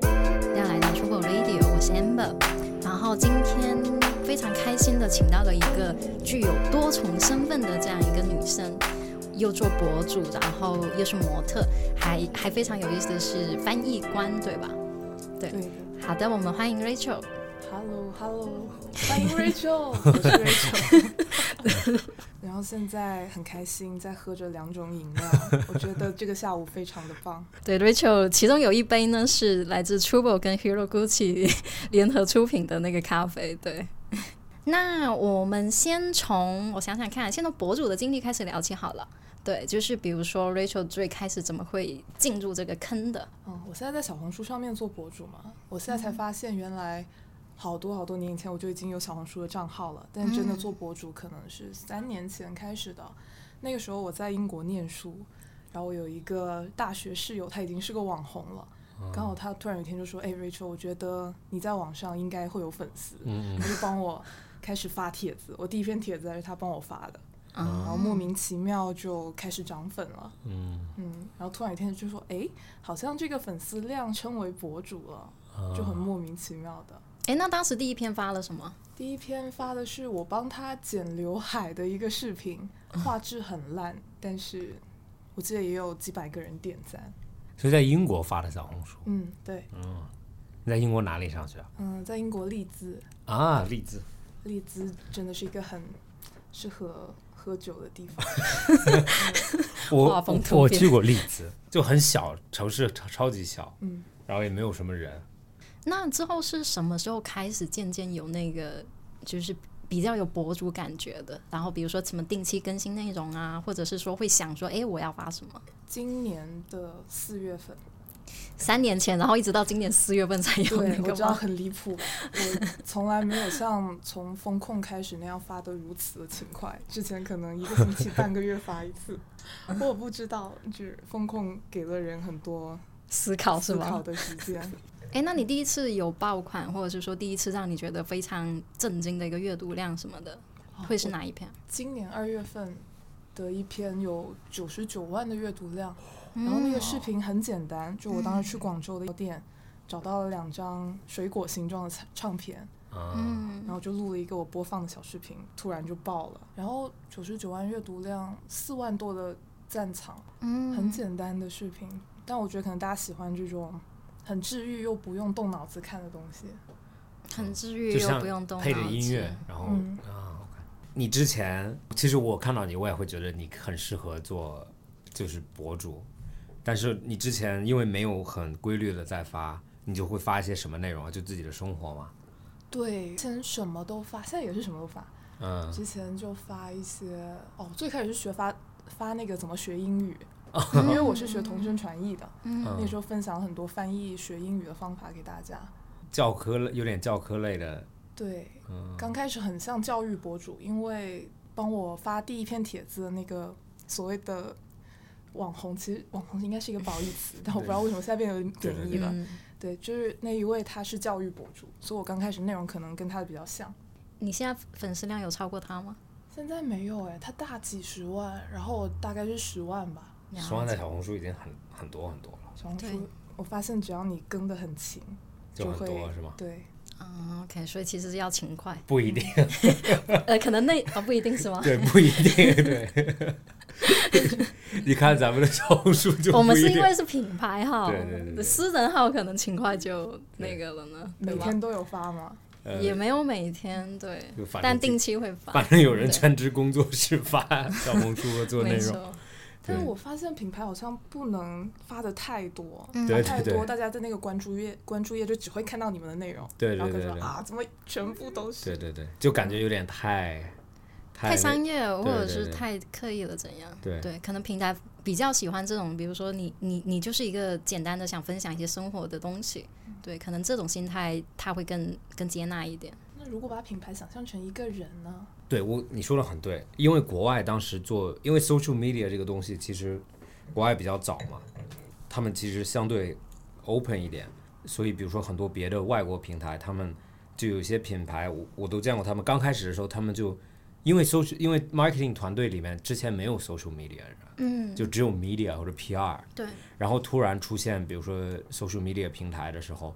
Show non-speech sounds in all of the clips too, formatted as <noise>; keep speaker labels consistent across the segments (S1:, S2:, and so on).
S1: 大家来到 Trouble Radio，我是 Amber，然后今天非常开心的请到了一个具有多重身份的这样一个女生，又做博主，然后又是模特，还还非常有意思的是翻译官，对吧？对。
S2: 对
S1: 好的，我们欢迎 Rachel。
S2: ，Hello
S1: <laughs>
S2: Hello，欢迎 Rachel，我是 Rachel。然 <laughs> 后现在很开心，在喝着两种饮料，我觉得这个下午非常的棒。
S1: 对，Rachel，其中有一杯呢是来自 Trouble 跟 Hero Gucci <laughs> 联合出品的那个咖啡。对，那我们先从我想想看，先从博主的经历开始聊起好了。对，就是比如说 Rachel 最开始怎么会进入这个坑的？
S2: 嗯，我现在在小红书上面做博主嘛，我现在才发现原来好多好多年以前我就已经有小红书的账号了，但是真的做博主可能是三年前开始的。那个时候我在英国念书，然后我有一个大学室友，他已经是个网红了。
S3: 嗯
S2: 刚好他突然有一天就说：“哎，Rachel，我觉得你在网上应该会有粉丝。”
S3: 嗯
S2: 他就帮我开始发帖子，我第一篇帖子还是他帮我发的，然
S1: 啊
S2: 后莫名其妙就开始涨粉了。
S3: 嗯
S2: 嗯，然后突然有一天就说，哎，好像这个粉丝量称为博主了，
S3: 嗯，
S2: 就很莫名其妙的。
S1: 诶，那当时第一篇发了什么？
S2: 第一篇发的是我帮他剪刘海的一个视频，画质很烂，但是我记得也有几百个人点赞。
S3: 所以在英国发的小红书。
S2: 嗯，对，
S3: 你在英国哪里上学啊？
S2: 嗯，在英国利兹，
S3: 啊，利兹。
S2: 利兹真的是一个很适合喝酒的地方。
S3: 我
S1: 画风
S3: 我
S1: 突
S3: 我
S1: 变
S3: 去过利兹，就很小城市，超超级小，
S2: 嗯，
S3: 然后也没有什么人。
S1: 那之后是什么时候开始渐渐有那个就是比较有博主感觉的？然后比如说什么定期更新内容啊，或者是说会想说，诶，我要发什么？
S2: 今年的四月份，
S1: 三年前，然后一直到今年四月份才有那
S2: 对，我
S1: 个
S2: 知道
S1: 吗？
S2: 很离谱，
S1: <laughs>
S2: 我从来没有像从风控开始那样发的如此的勤快。之前可能一个星期、半个月发
S1: <laughs>
S2: 一次，我不知道，就是风控给了人很多
S1: 思考是
S2: 思考
S1: 吧？
S2: 的时
S1: <laughs>
S2: 间。
S1: 哎，那你第一次有爆款，或者是说第一次让你觉得非常震惊的一个阅读量什么的，
S3: 哦
S1: 会是哪一篇？
S2: 今年二月份的一篇有九十九万的阅读量，然后
S1: 嗯
S2: 那个视频很简单，就我当时去广州的店找到了两张水果形状的唱唱片，
S3: 啊，
S2: 然
S1: 嗯，
S2: 后就录了一个我播放的小视频，突然就爆了，然后九十九万阅读量，四万多的赞赏，
S1: 嗯
S2: 很简单的视频，但我觉得可能大家喜欢这种很治愈又不用动脑子看的东西。
S1: 很治愈
S3: 就
S1: 又
S3: 像
S1: 不用动脑
S3: 配着音乐
S1: 子，
S3: 然后
S2: 嗯
S3: 啊，OK，你之前其实我看到你，我也会觉得你很适合做就是博主，但是你之前因为没有很规律的在发，你就会发一些什么内容啊？就自己的生活嘛。
S2: 对，之前什么都发，现在也是什么都发。
S3: 嗯，
S2: 之前就发一些，哦，最开始是学发发那个怎么学英语，因为我是学同声传译的，
S1: 嗯
S2: 那时候分享很多翻译学英语的方法给大家。
S3: 嗯教科类有点教科类的，
S2: 对，
S3: 嗯，
S2: 刚开始很像教育博主，因为帮我发第一篇帖子的那个所谓的网红，其实网红应该是一个褒义词，但我不知道为什么现在变得有点贬义了。
S1: 嗯，
S2: 对，就是那一位他是教育博主，所以我刚开始内容可能跟他的比较像。
S1: 你现在粉丝量有超过他吗？
S2: 现在没有哎，他大几十万，然后我大概是十万吧。
S1: 了
S3: 十万在
S1: 解
S3: 小红书已经很很多很多了，
S2: 小红
S1: 对
S2: 书，我发现只要你跟得很勤，
S3: 就很
S2: 会
S3: 多是吗？，
S2: 对，
S1: 嗯，OK，所以其实是要勤快
S3: 不一定，
S1: <laughs>
S3: <laughs>
S1: 呃，可能那啊不一定是吗？
S3: 对，不一定，对。 <laughs> 你看咱们的小红书 <laughs> 就
S1: 我们
S3: 不一
S1: 是因
S3: 定
S1: 为是品牌号，
S3: 对对对对
S1: 私人号可能勤快就那个了呢，对
S2: 每
S1: 吧？
S2: 天都有发吗？
S3: 呃
S1: 也没有每天对
S3: 就，反
S1: 但
S3: 正
S1: 定期会发。
S3: 反正有人
S1: 对
S3: 全职工作是发小红书和做内
S1: 没
S3: 容，
S1: 错，
S2: 但
S3: 对
S2: 是我发现品牌好像不能发的太多，
S1: 嗯
S3: 对
S2: 发太
S3: 对
S2: 多
S3: 对
S2: 大家在那个关注页关注页就只会看到你们的内容，
S3: 对
S2: 然后
S3: 对
S2: 可
S3: 对
S2: 能
S3: 对
S2: 说啊，怎么全部都是？
S3: 对对对，就感觉有点太
S1: 太商
S3: 业，
S1: 业或
S3: 对
S1: 者
S3: 对
S1: 是
S3: 对
S1: 太刻意了，怎样？
S3: 对
S1: 可能平台比较喜欢这种，比如说你你你就是一个简单的想分享一些生活的东西，对，可能这种心态他会更更接纳一点。
S2: 那如果把品牌想象成一个人呢？
S3: 对我你说的很对，因为国外当时做，因为 social media 这个东西其实国外比较早嘛，他们其实相对 open 一点，所以比如说很多别的外国平台，他们就有些品牌我我都见过，他们刚开始的时候，他们就因为 social 因为 marketing 团队里面之前没有 social media，
S4: 嗯，
S3: 就只有 media 或者 PR，
S4: 对，
S3: 然后突然出现比如说 social media 平台的时候，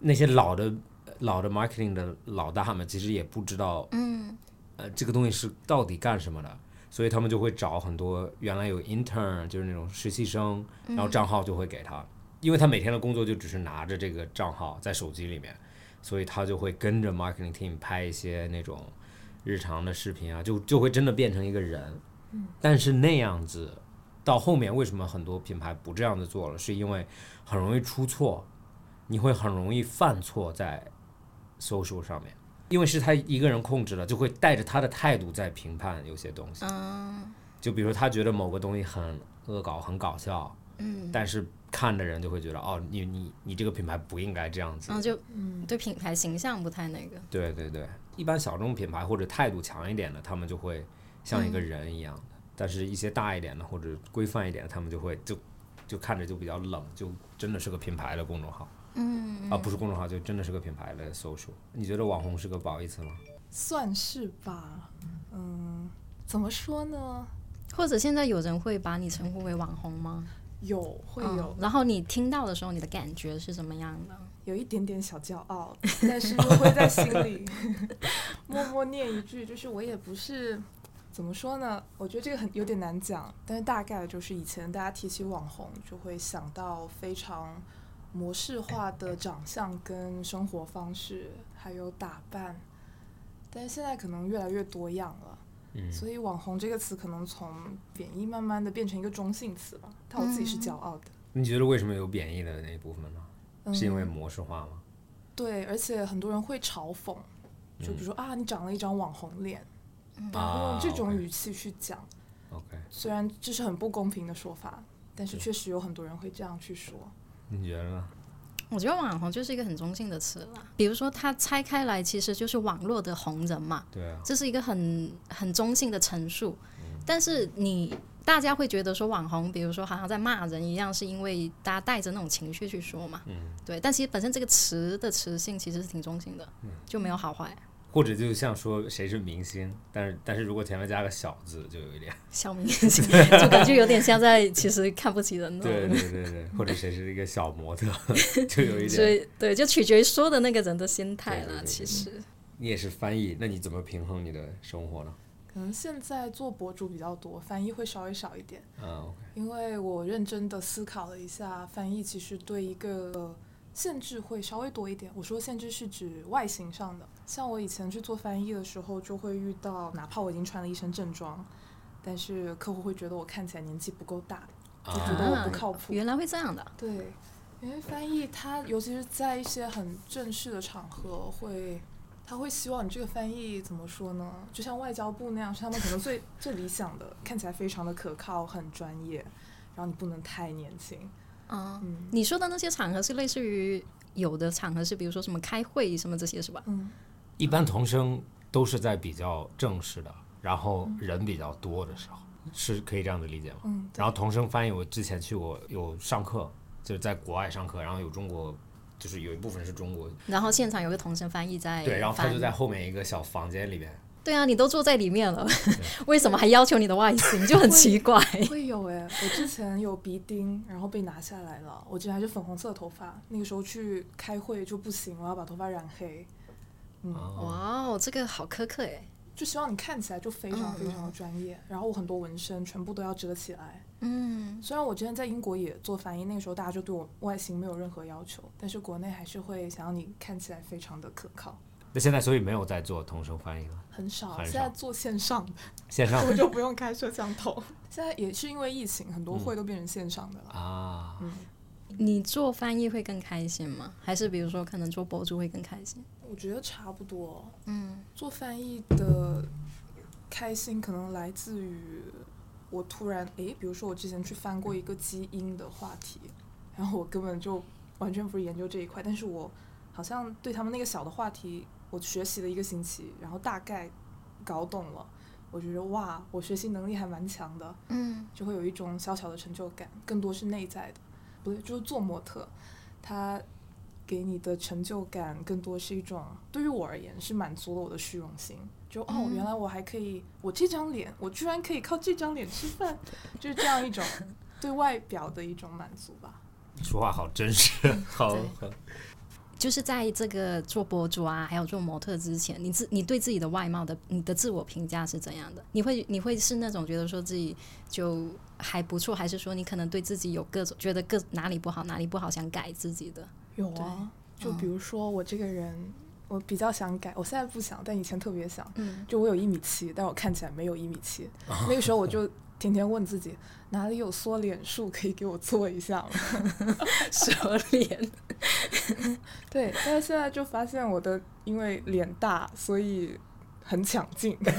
S3: 那些老的老的 marketing 的老大们其实也不知道
S4: 嗯，
S3: 呃，这个东西是到底干什么的，所以他们就会找很多原来有 intern，就是那种实习生，然后账号就会给他，因为他每天的工作就只是拿着这个账号在手机里面，所以他就会跟着 marketing team 拍一些那种日常的视频啊，就就会真的变成一个人。但是那样子到后面为什么很多品牌不这样子做了，是因为很容易出错，你会很容易犯错在 social 上面。因为是他一个人控制了，就会带着他的态度在评判有些东西。就比如他觉得某个东西很恶搞、很搞笑，嗯，但是看的人就会觉得，哦，你你你这个品牌不应该这样子
S4: 然。后就对品牌形象不太那个，
S3: 对对对，一般小众品牌或者态度强一点的，他们就会像一个人一样的；但是一些大一点的或者规范一点的，他们就会就就看着就比较冷，就真的是个品牌的公众号。嗯，啊，不是公众号，就真的是个品牌的 social。你觉得网红是个褒义词吗？
S2: 算是吧，嗯，怎么说呢？
S4: 或者现在有人会把你称呼为网红吗？
S2: 有会有、
S4: 嗯然后你听到的时候，你的感觉是什么样的？
S2: 有一点点小骄傲， <laughs> 但是又会在心里默默念一句，就是我也不是怎么说呢？我觉得这个很有点难讲，但是大概就是以前大家提起网红，就会想到非常模式化的长相跟生活方式，还有打扮，但是现在可能越来越多样了。
S3: 嗯
S2: 所以“网红”这个词可能从贬义慢慢的变成一个中性词吧，但我自己是骄傲的。
S3: 你觉得为什么有贬义的那一部分呢？
S2: 嗯
S3: 是因为模式化吗？
S2: 对，而且很多人会嘲讽，就比如说、啊，你长了一张网红脸，然后用这种语气去讲，
S3: OK，
S2: 虽然这是很不公平的说法，但是确实有很多人会这样去说。
S3: 你觉得呢？
S4: 我觉得网红就是一个很中性的词啦。比如说，它拆开来其实就是网络的红人嘛，
S3: 对啊，
S4: 这是一个很很中性的陈述。但是你大家会觉得说网红，比如说好像在骂人一样，是因为大家带着那种情绪去说嘛，
S3: 嗯
S4: 对。但其实本身这个词的词性其实是挺中性的，
S3: 嗯
S4: 就没有好坏。
S3: 或者就像说谁是明星，但是但是如果前面加个小字，就有一点，
S4: 小明星 <laughs> 就感觉有点像在其实看不起人那
S3: 对
S4: 种。
S3: 对对对，或者谁是一个小模特， <laughs> 就有一
S4: 所
S3: 点。
S4: 以对，就取决于说的那个人的心态
S3: 对对嗯
S4: 啦。
S3: 对
S4: 其实，
S3: 你也是翻译，那你怎么平衡你的生活呢？
S2: 可能现在做博主比较多，翻译会稍微少一点，
S3: 嗯，OK，
S2: 因为我认真的思考了一下，翻译其实对一个限制会稍微多一点。我说限制是指外形上的，像我以前去做翻译的时候，就会遇到，哪怕我已经穿了一身正装，但是客户会觉得我看起来年纪不够大，
S3: 啊
S2: 就觉得啊我不靠谱。
S4: 原来会这样的。
S2: 对，因为翻译它，尤其是在一些很正式的场合，会他会希望你这个翻译怎么说呢？就像外交部那样，是他们可能 <laughs> 最最理想的，看起来非常的可靠，很专业，然后你不能太年轻。
S4: 啊、
S2: 嗯
S4: 你说的那些场合是类似于有的场合是，比如说什么开会什么这些是吧？
S2: 嗯，
S3: 一般童声都是在比较正式的，然后人比较多的时候，是可以这样子理解吗？
S2: 嗯，
S3: 然后同声翻译，我之前去过有上课，就是在国外上课，然后有中国，就是有一部分是中国，
S4: 然后现场有个同声翻译在
S3: 对，然后他就
S4: 哎翻
S3: 在后面一个小房间里面，
S4: 对啊，你都坐在里面了，为什么还要求你的外形？ <laughs> 就很奇怪。
S2: 会有诶、我之前有鼻钉，然后被拿下来了，我之前还是粉红色的头发，那个时候去开会就不行，我要把头发染黑，
S3: 啊
S4: 哇哦，这个好苛刻哎。
S2: 就希望你看起来就非常非常的专业。然后我很多纹身全部都要遮起来，
S4: 嗯，
S2: 虽然我之前在英国也做翻译，那个时候大家就对我外形没有任何要求，但是国内还是会想要你看起来非常的可靠，
S3: 那现在所以没有在做同声翻译了，
S2: 很少。
S3: 很少
S2: 现在做线
S3: <laughs>
S2: 上，
S3: 线上
S2: 我就不用开摄像头。 <laughs> 现在也是因为疫情，很
S3: 嗯
S2: 多会都变成线上的了。
S3: 啊，
S4: 你做翻译会更开心吗？还是比如说可能做博主会更开心？
S2: 我觉得差不多，
S4: 嗯，
S2: 做翻译的开心可能来自于我突然诶，比如说我之前去翻过一个基因的话题，然后我根本就完全不是研究这一块，但是我好像对他们那个小的话题，我学习了一个星期，然后大概搞懂了，我觉得哇，我学习能力还蛮强的，
S4: 嗯，
S2: 就会有一种小小的成就感，更多是内在的，不对，就是做模特，他给你的成就感更多是一种，对于我而言是满足了我的虚荣心，就哦，
S4: 嗯
S2: 原来我还可以，我这张脸，我居然可以靠这张脸吃饭，就是这样一种对外表的一种满足吧。
S3: 说话好真
S4: <laughs>
S3: 实，好
S4: 对
S3: 好
S4: 就是在这个做博主啊，还有做模特之前，你自你对自己的外貌的你的自我评价是怎样的？你会你会是那种觉得说自己就还不错，还是说你可能对自己有各种觉得各哪里不好哪里不好想改自己 <laughs> 的？
S2: 有
S4: 对嗯
S2: 啊，就比如说我这个人，我比较想改，我现在不想，但以前特别想。
S4: 嗯，
S2: 就我有一米七，但我看起来没有一米
S4: <laughs>
S2: 七。那个时候我就天天问自己，哪里有缩脸术可以给我做一下吗？ <laughs>
S4: 蛇脸，
S2: 对，但是现在就发现我的因为脸大，所以很抢镜， <laughs> 就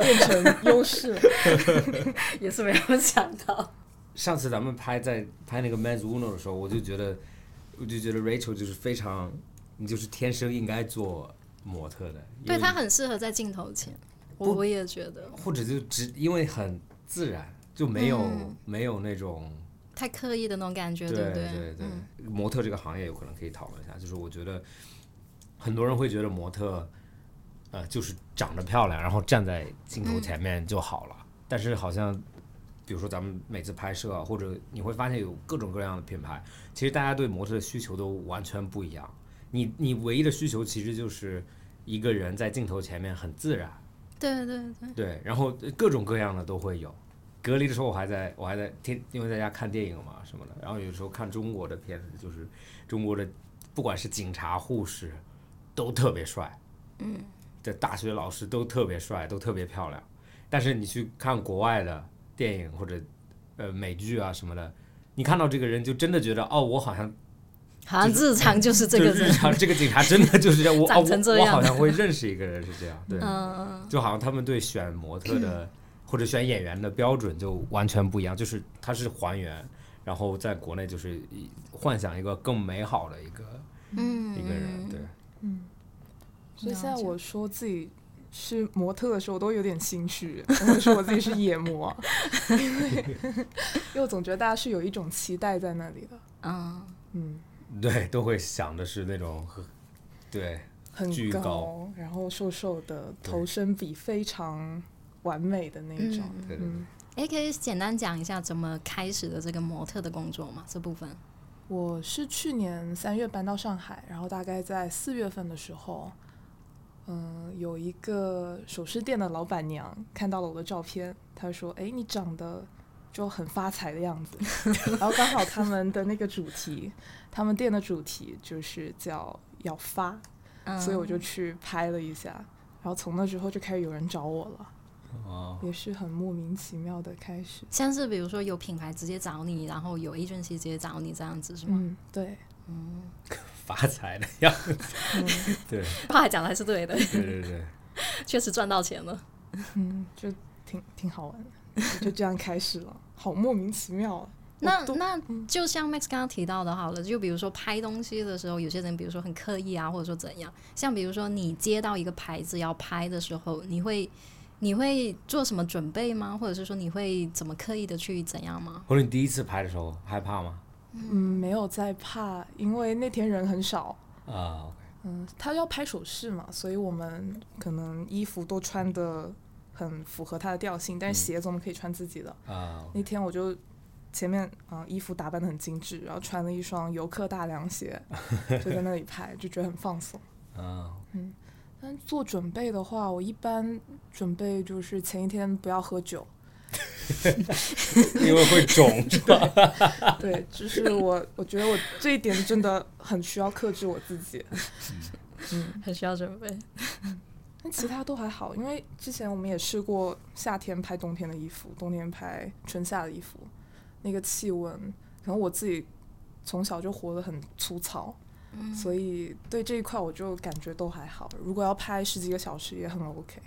S2: 变成优势。
S4: 也是没有想到。
S3: 上次咱们拍在拍那个《Man's Uno》的时候，我就觉得，我就觉得 Rachel 就是非常，你就是天生应该做模特的，因
S4: 对
S3: 为
S4: 他很适合在镜头前，我
S3: 嗯不
S4: 我也觉得
S3: 或者就只因为很自然，就没有、没有那种
S4: 太刻意的那种感觉，
S3: 对
S4: 不对？
S3: 对
S4: 嗯
S3: 模特这个行业有可能可以讨论一下，就是我觉得很多人会觉得模特，呃，就是长得漂亮，然后站在镜
S4: 嗯
S3: 头前面就好了。但是好像，比如说咱们每次拍摄啊，或者你会发现有各种各样的品牌，其实大家对模特的需求都完全不一样。你你唯一的需求其实就是一个人在镜头前面很自然，
S4: 对对对，
S3: 对，然后呃各种各样的都会有。隔离的时候我还在我还在天，因为在家看电影嘛什么的，然后有时候看中国的片子，就是中国的不管是警察、护士都特别帅，嗯，的大学老师都特别帅，都特别漂亮。但是你去看国外的电影或者呃美剧啊什么的，你看到这个人就真的觉得哦，我好像
S4: 好像日常就是这
S3: 就
S4: 个
S3: 是日
S4: 人，
S3: 常这个警察真的就是这样，我
S4: <laughs> 长
S3: 哦
S4: 成这
S3: 我我
S4: 样
S3: 好像会认识一个人是这样，对，
S4: 嗯，
S3: 就好像他们对选模特的或者选演员的标准就完全不一样，就是它是还原，然后在国内就是一幻想一个更美好的一个、
S4: 嗯
S3: 一个人，对，
S2: 嗯所以现在
S4: 了解
S2: 我说自己是模特的时候，我都有点心虚， <laughs> 我会说我自己是野模，因为 <laughs> 因为我总觉得大家是有一种期待在那里的，
S4: 嗯。
S2: 嗯，
S3: 对，都会想的是那种很对巨
S2: 很
S3: 高
S2: 然后瘦瘦的，
S3: 对
S2: 头身比非常完美的那一种。
S3: 对对对。
S4: 哎，可以简单讲一下怎么开始的这个模特的工作吗？这部分，
S2: 我是去年三月搬到上海，然后大概在四月份的时候，嗯，有一个首饰店的老板娘看到了我的照片，她说：“哎，你长得就很发财的样子。” <laughs> 然后刚好他们的那个主题，他们店的主题就是叫要发，
S4: 嗯，
S2: 所以我就去拍了一下。然后从那之后就开始有人找我了，
S3: 哦，
S2: 也是很莫名其妙的开始。
S4: 像是比如说有品牌直接找你，然后有 agency 直接找你这样子是吗？
S2: 嗯，对，
S3: 发财的样子，
S4: 嗯
S3: <laughs> 对
S4: <laughs> 话讲的还是对的，
S3: 对对对，
S4: 确实赚到钱了。
S2: 嗯，就挺挺好玩的， <laughs> 就这样开始了，好莫名其妙啊！
S4: 那
S2: 我都嗯
S4: 那就像 Max 刚刚提到的，好了，就比如说拍东西的时候，有些人比如说很刻意啊，或者说怎样，像比如说你接到一个牌子要拍的时候，你会你会做什么准备吗？或者是说你会怎么刻意的去怎样吗？
S3: 或者你第一次拍的时候害怕吗？
S2: 嗯，没有在怕，因为那天人很少。
S3: 啊、
S2: 嗯，他要拍首饰嘛，所以我们可能衣服都穿的很符合他的调性，但是鞋子我们可以穿自己的。
S3: 啊、
S2: 那天我就前面啊、呃衣服打扮的很精致，然后穿了一双游客大凉鞋，就在那里拍，就觉得很放松。
S3: 啊、 <laughs>
S2: 但做准备的话，我一般准备就是前一天不要喝酒，
S3: 因为会肿，
S2: <laughs> 对，就是我，我觉得我这一点真的很需要克制我自己。
S4: 很需要准备。
S2: 但其他都还好，因为之前我们也试过夏天拍冬天的衣服，冬天拍春夏的衣服，那个气温，可能我自己从小就活得很粗糙，所以对这一块我就感觉都还好。如果要拍十几个小时也很 OK。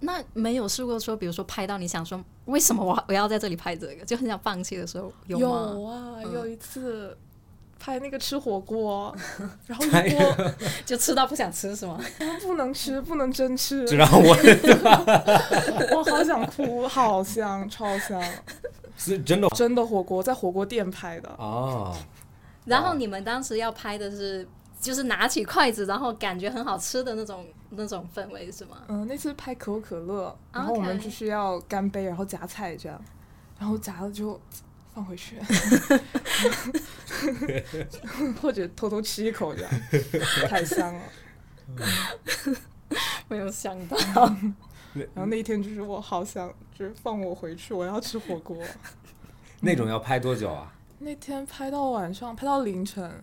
S4: 那没有试过说，比如说拍到你想说，为什么我我要在这里拍这个，就很想放弃的时候有吗？
S2: 啊，有一次拍那个吃火锅，然后一锅
S4: 就吃到不想吃是吗？
S2: 不能吃，不能真
S3: <laughs>
S2: 吃，
S3: 知道我
S2: 我好想哭，好香，超香，
S3: 是真的
S2: 真的火锅在火锅店拍的，
S3: 哦，
S4: <laughs> 然
S3: 哦
S4: 后你们当时要拍的是，就是拿起筷子，然后感觉很好吃的那种那种氛围是吗？
S2: 嗯、那次拍可口可乐，然后我们
S4: OK
S2: 就是要干杯，然后夹菜这样，然后夹了就放回去， <laughs> 或者偷偷吃一口这样，太香了。
S4: 没有想到，
S2: 然后那一天就是我好想，就是放我回去，我要吃火锅。
S3: 那种要拍多久啊？
S2: 那天拍到晚上，拍到凌晨，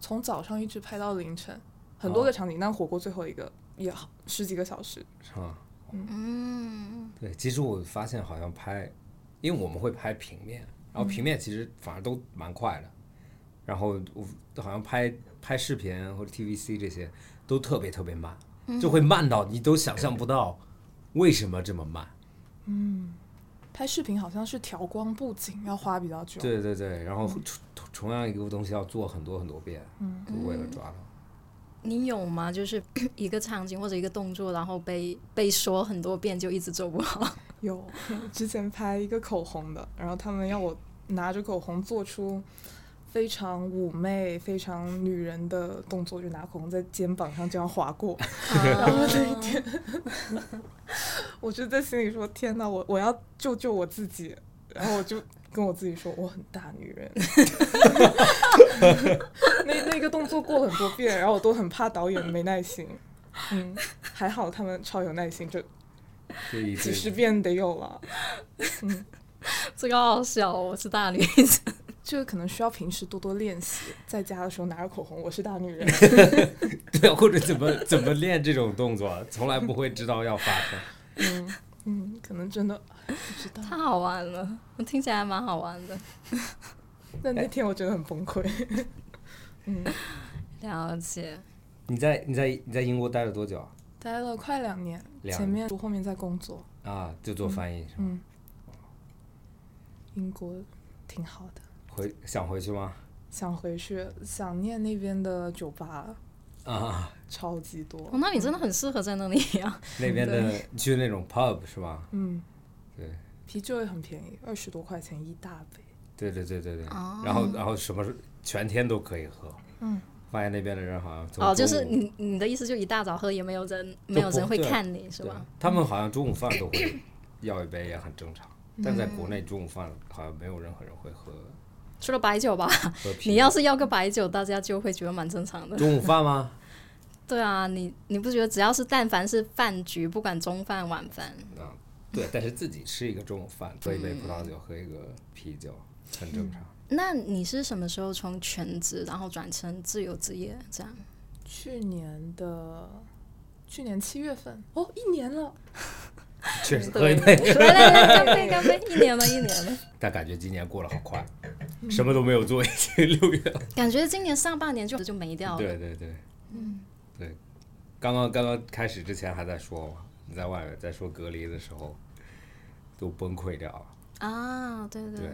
S2: 从早上一直拍到凌晨，很多
S3: 哦
S2: 个场景，但火锅最后一个也好十几个小时。
S3: 是吗？
S4: 嗯，
S3: 对，其实我发现好像拍，因为我们会拍平面，然后平面其实反而都蛮快的，然后我好像拍拍视频或者 TVC 这些都特别特别慢，就会慢到你都想象不到为什么这么慢。
S2: 拍视频好像是调光布景要花比较久，
S3: 对对对，然后同同样一个东西要做很多很多遍，就为了抓到。
S4: <laughs> 你有吗？就是 <coughs> 一个场景或者一个动作，然后被被说很多遍，就一直做不好。
S2: 有，之前拍一个口红的，然后他们要我拿着口红做出非常妩媚、非常女人的动作，就拿口红在肩膀上这样划过。 <laughs> 然后那
S4: 啊
S2: 一天，我就在心里说：“天哪，我我要救救我自己。”然后我就跟我自己说：“我很大女人。 <laughs> 那”那个动作过很多遍，然后我都很怕导演没耐心。嗯，还好他们超有耐心，就
S3: 这一
S2: 几十
S3: 次
S2: 遍得有了。
S4: <laughs> 这个好笑哦，我是大女子。 <laughs>
S2: 这个可能需要平时多多练习，在家的时候拿着口红，我是大女 <laughs> 人。
S3: 对，或者怎么怎么练这种动作，从来不会知道要发生。
S2: 嗯嗯，可能真的不知道。
S4: 太好玩了，我听起来还蛮好玩的。
S2: 但那天我真的很崩溃。嗯，
S4: 了解，
S3: 你在你在你在英国待了多久啊？
S2: 待了快两年，
S3: 两
S2: 前面读后面在工作。
S3: 啊，就做翻译是吗？
S2: 嗯，英国挺好的，
S4: 嗯
S3: 回想回去吗？
S2: 想回去，想念那边的酒吧，
S3: 啊，
S2: 超级多
S4: 哦，。那你真的很适合在那里 <laughs> 啊。
S3: <laughs> 那边的去那种 pub 是吧？
S2: 嗯，
S3: 对，
S2: 啤酒也很便宜，二十多块钱一大杯。
S3: 对对对对对。
S4: 哦
S3: 然后然后什么全天都可以喝。
S2: 嗯。
S3: 发现那边的人好像从
S4: 哦，就
S3: 中
S4: 是
S3: 午
S4: 你你的意思，就一大早喝也没有人没有
S3: 就不
S4: 人会
S3: 对
S4: 看你是
S3: 对
S4: 吧？
S3: 他们好像中午饭都会要一杯，也很正常。
S4: 嗯
S3: 但在国内中午饭好像没有任何人会喝
S4: 除了白酒吧，
S3: 喝啤酒。
S4: <laughs> 你要是要个白酒，大家就会觉得蛮正常 <laughs> 的。
S3: 中午饭吗？
S4: 对啊，你你不觉得只要是但凡是饭局，不管中饭晚饭，
S3: 啊，对，但是自己吃一个中午饭，喝一杯葡萄酒，喝一个啤酒，很正常。
S4: 那你是什么时候从全职然后转成自由职业这样？
S2: 去年的去年七月份，哦，一年了。 <laughs>
S3: 确实喝
S4: 对，
S3: 一杯，
S4: <laughs> 来来来，干杯干 <laughs> 杯！一年了，一年了，
S3: 但感觉今年过得好快，什么都没有做，已经六月了。
S4: 感觉今年上半年就就没掉了。
S3: 对对对，嗯，对，刚刚刚刚开始之前还在说嘛，你在外面在说隔离的时候，都崩溃掉了。
S4: 啊，对对
S3: 对，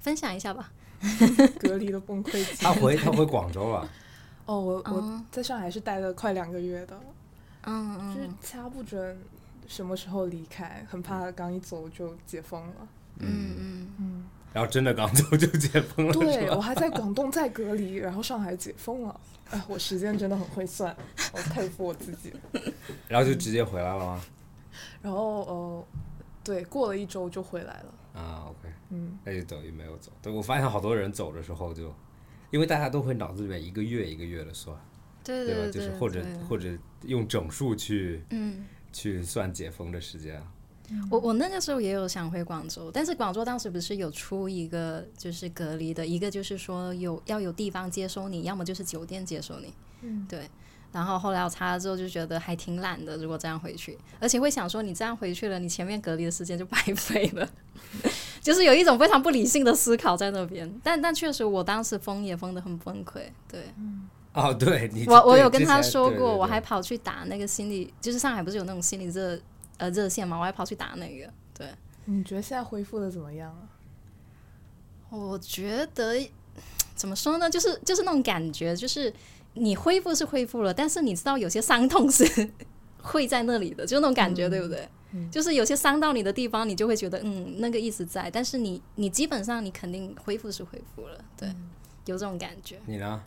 S4: 分享一下吧。
S2: 隔离的崩溃期。
S3: 他回他回广州
S4: <laughs>
S3: 了，
S2: 哦，我我
S4: 嗯
S2: 在上海是待了快两个月的，
S4: 嗯
S2: 就
S4: 嗯
S2: 是掐不准什么时候离开，很怕刚一走就解封了。
S4: 嗯嗯，
S2: 嗯，
S3: 然后真的刚走就解封了，
S4: <laughs>
S3: 是
S2: 对
S3: 吧？
S2: 我还在广东在隔离，然后上海解封了。哎，我时间真的很会算，我佩服我自己。
S3: 然后就直接回来了吗？
S2: 然后呃，对，过了一周就回来了。
S3: 啊，OK，
S2: 嗯，
S3: 那就等于没有走。对，我发现好多人走的时候就，因为大家都会脑子里面一个月一个月的算，
S4: 对
S3: 吧？
S4: 对
S3: 就是
S4: 对
S3: 或者
S4: 对
S3: 或者用整数去
S4: 嗯，
S3: 去算解封的时间。嗯
S4: 我我那个时候也有想回广州，但是广州当时不是有出一个就是隔离的，一个就是说有要有地方接收你，要么就是酒店接收你。
S2: 嗯，
S4: 对。然后后来我查了之后就觉得还挺懒的，如果这样回去，而且会想说你这样回去了，你前面隔离的时间就白费了， <laughs> 就是有一种非常不理性的思考在那边。但但确实我当时疯也疯得很崩溃，对。
S3: 哦，对你
S4: 我我
S3: 对
S4: 有跟
S3: 之
S4: 他
S3: 前
S4: 说
S3: 对
S4: 过，
S3: 对
S4: 我
S3: 对
S4: 还跑去打那个心理，就是上海不是有那种心理热呃热线嘛，我还跑去打那个。对，
S2: 你觉得现在恢复的怎么样啊？
S4: 我觉得怎么说呢？就是就是那种感觉，就是你恢复是恢复了，但是你知道有些伤痛是 <laughs> 会在那里的，就那种感觉，对不对？就是有些伤到你的地方，你就会觉得嗯，那个一直在，但是你你基本上你肯定恢复是恢复了，对，有这种感觉。
S3: 你呢？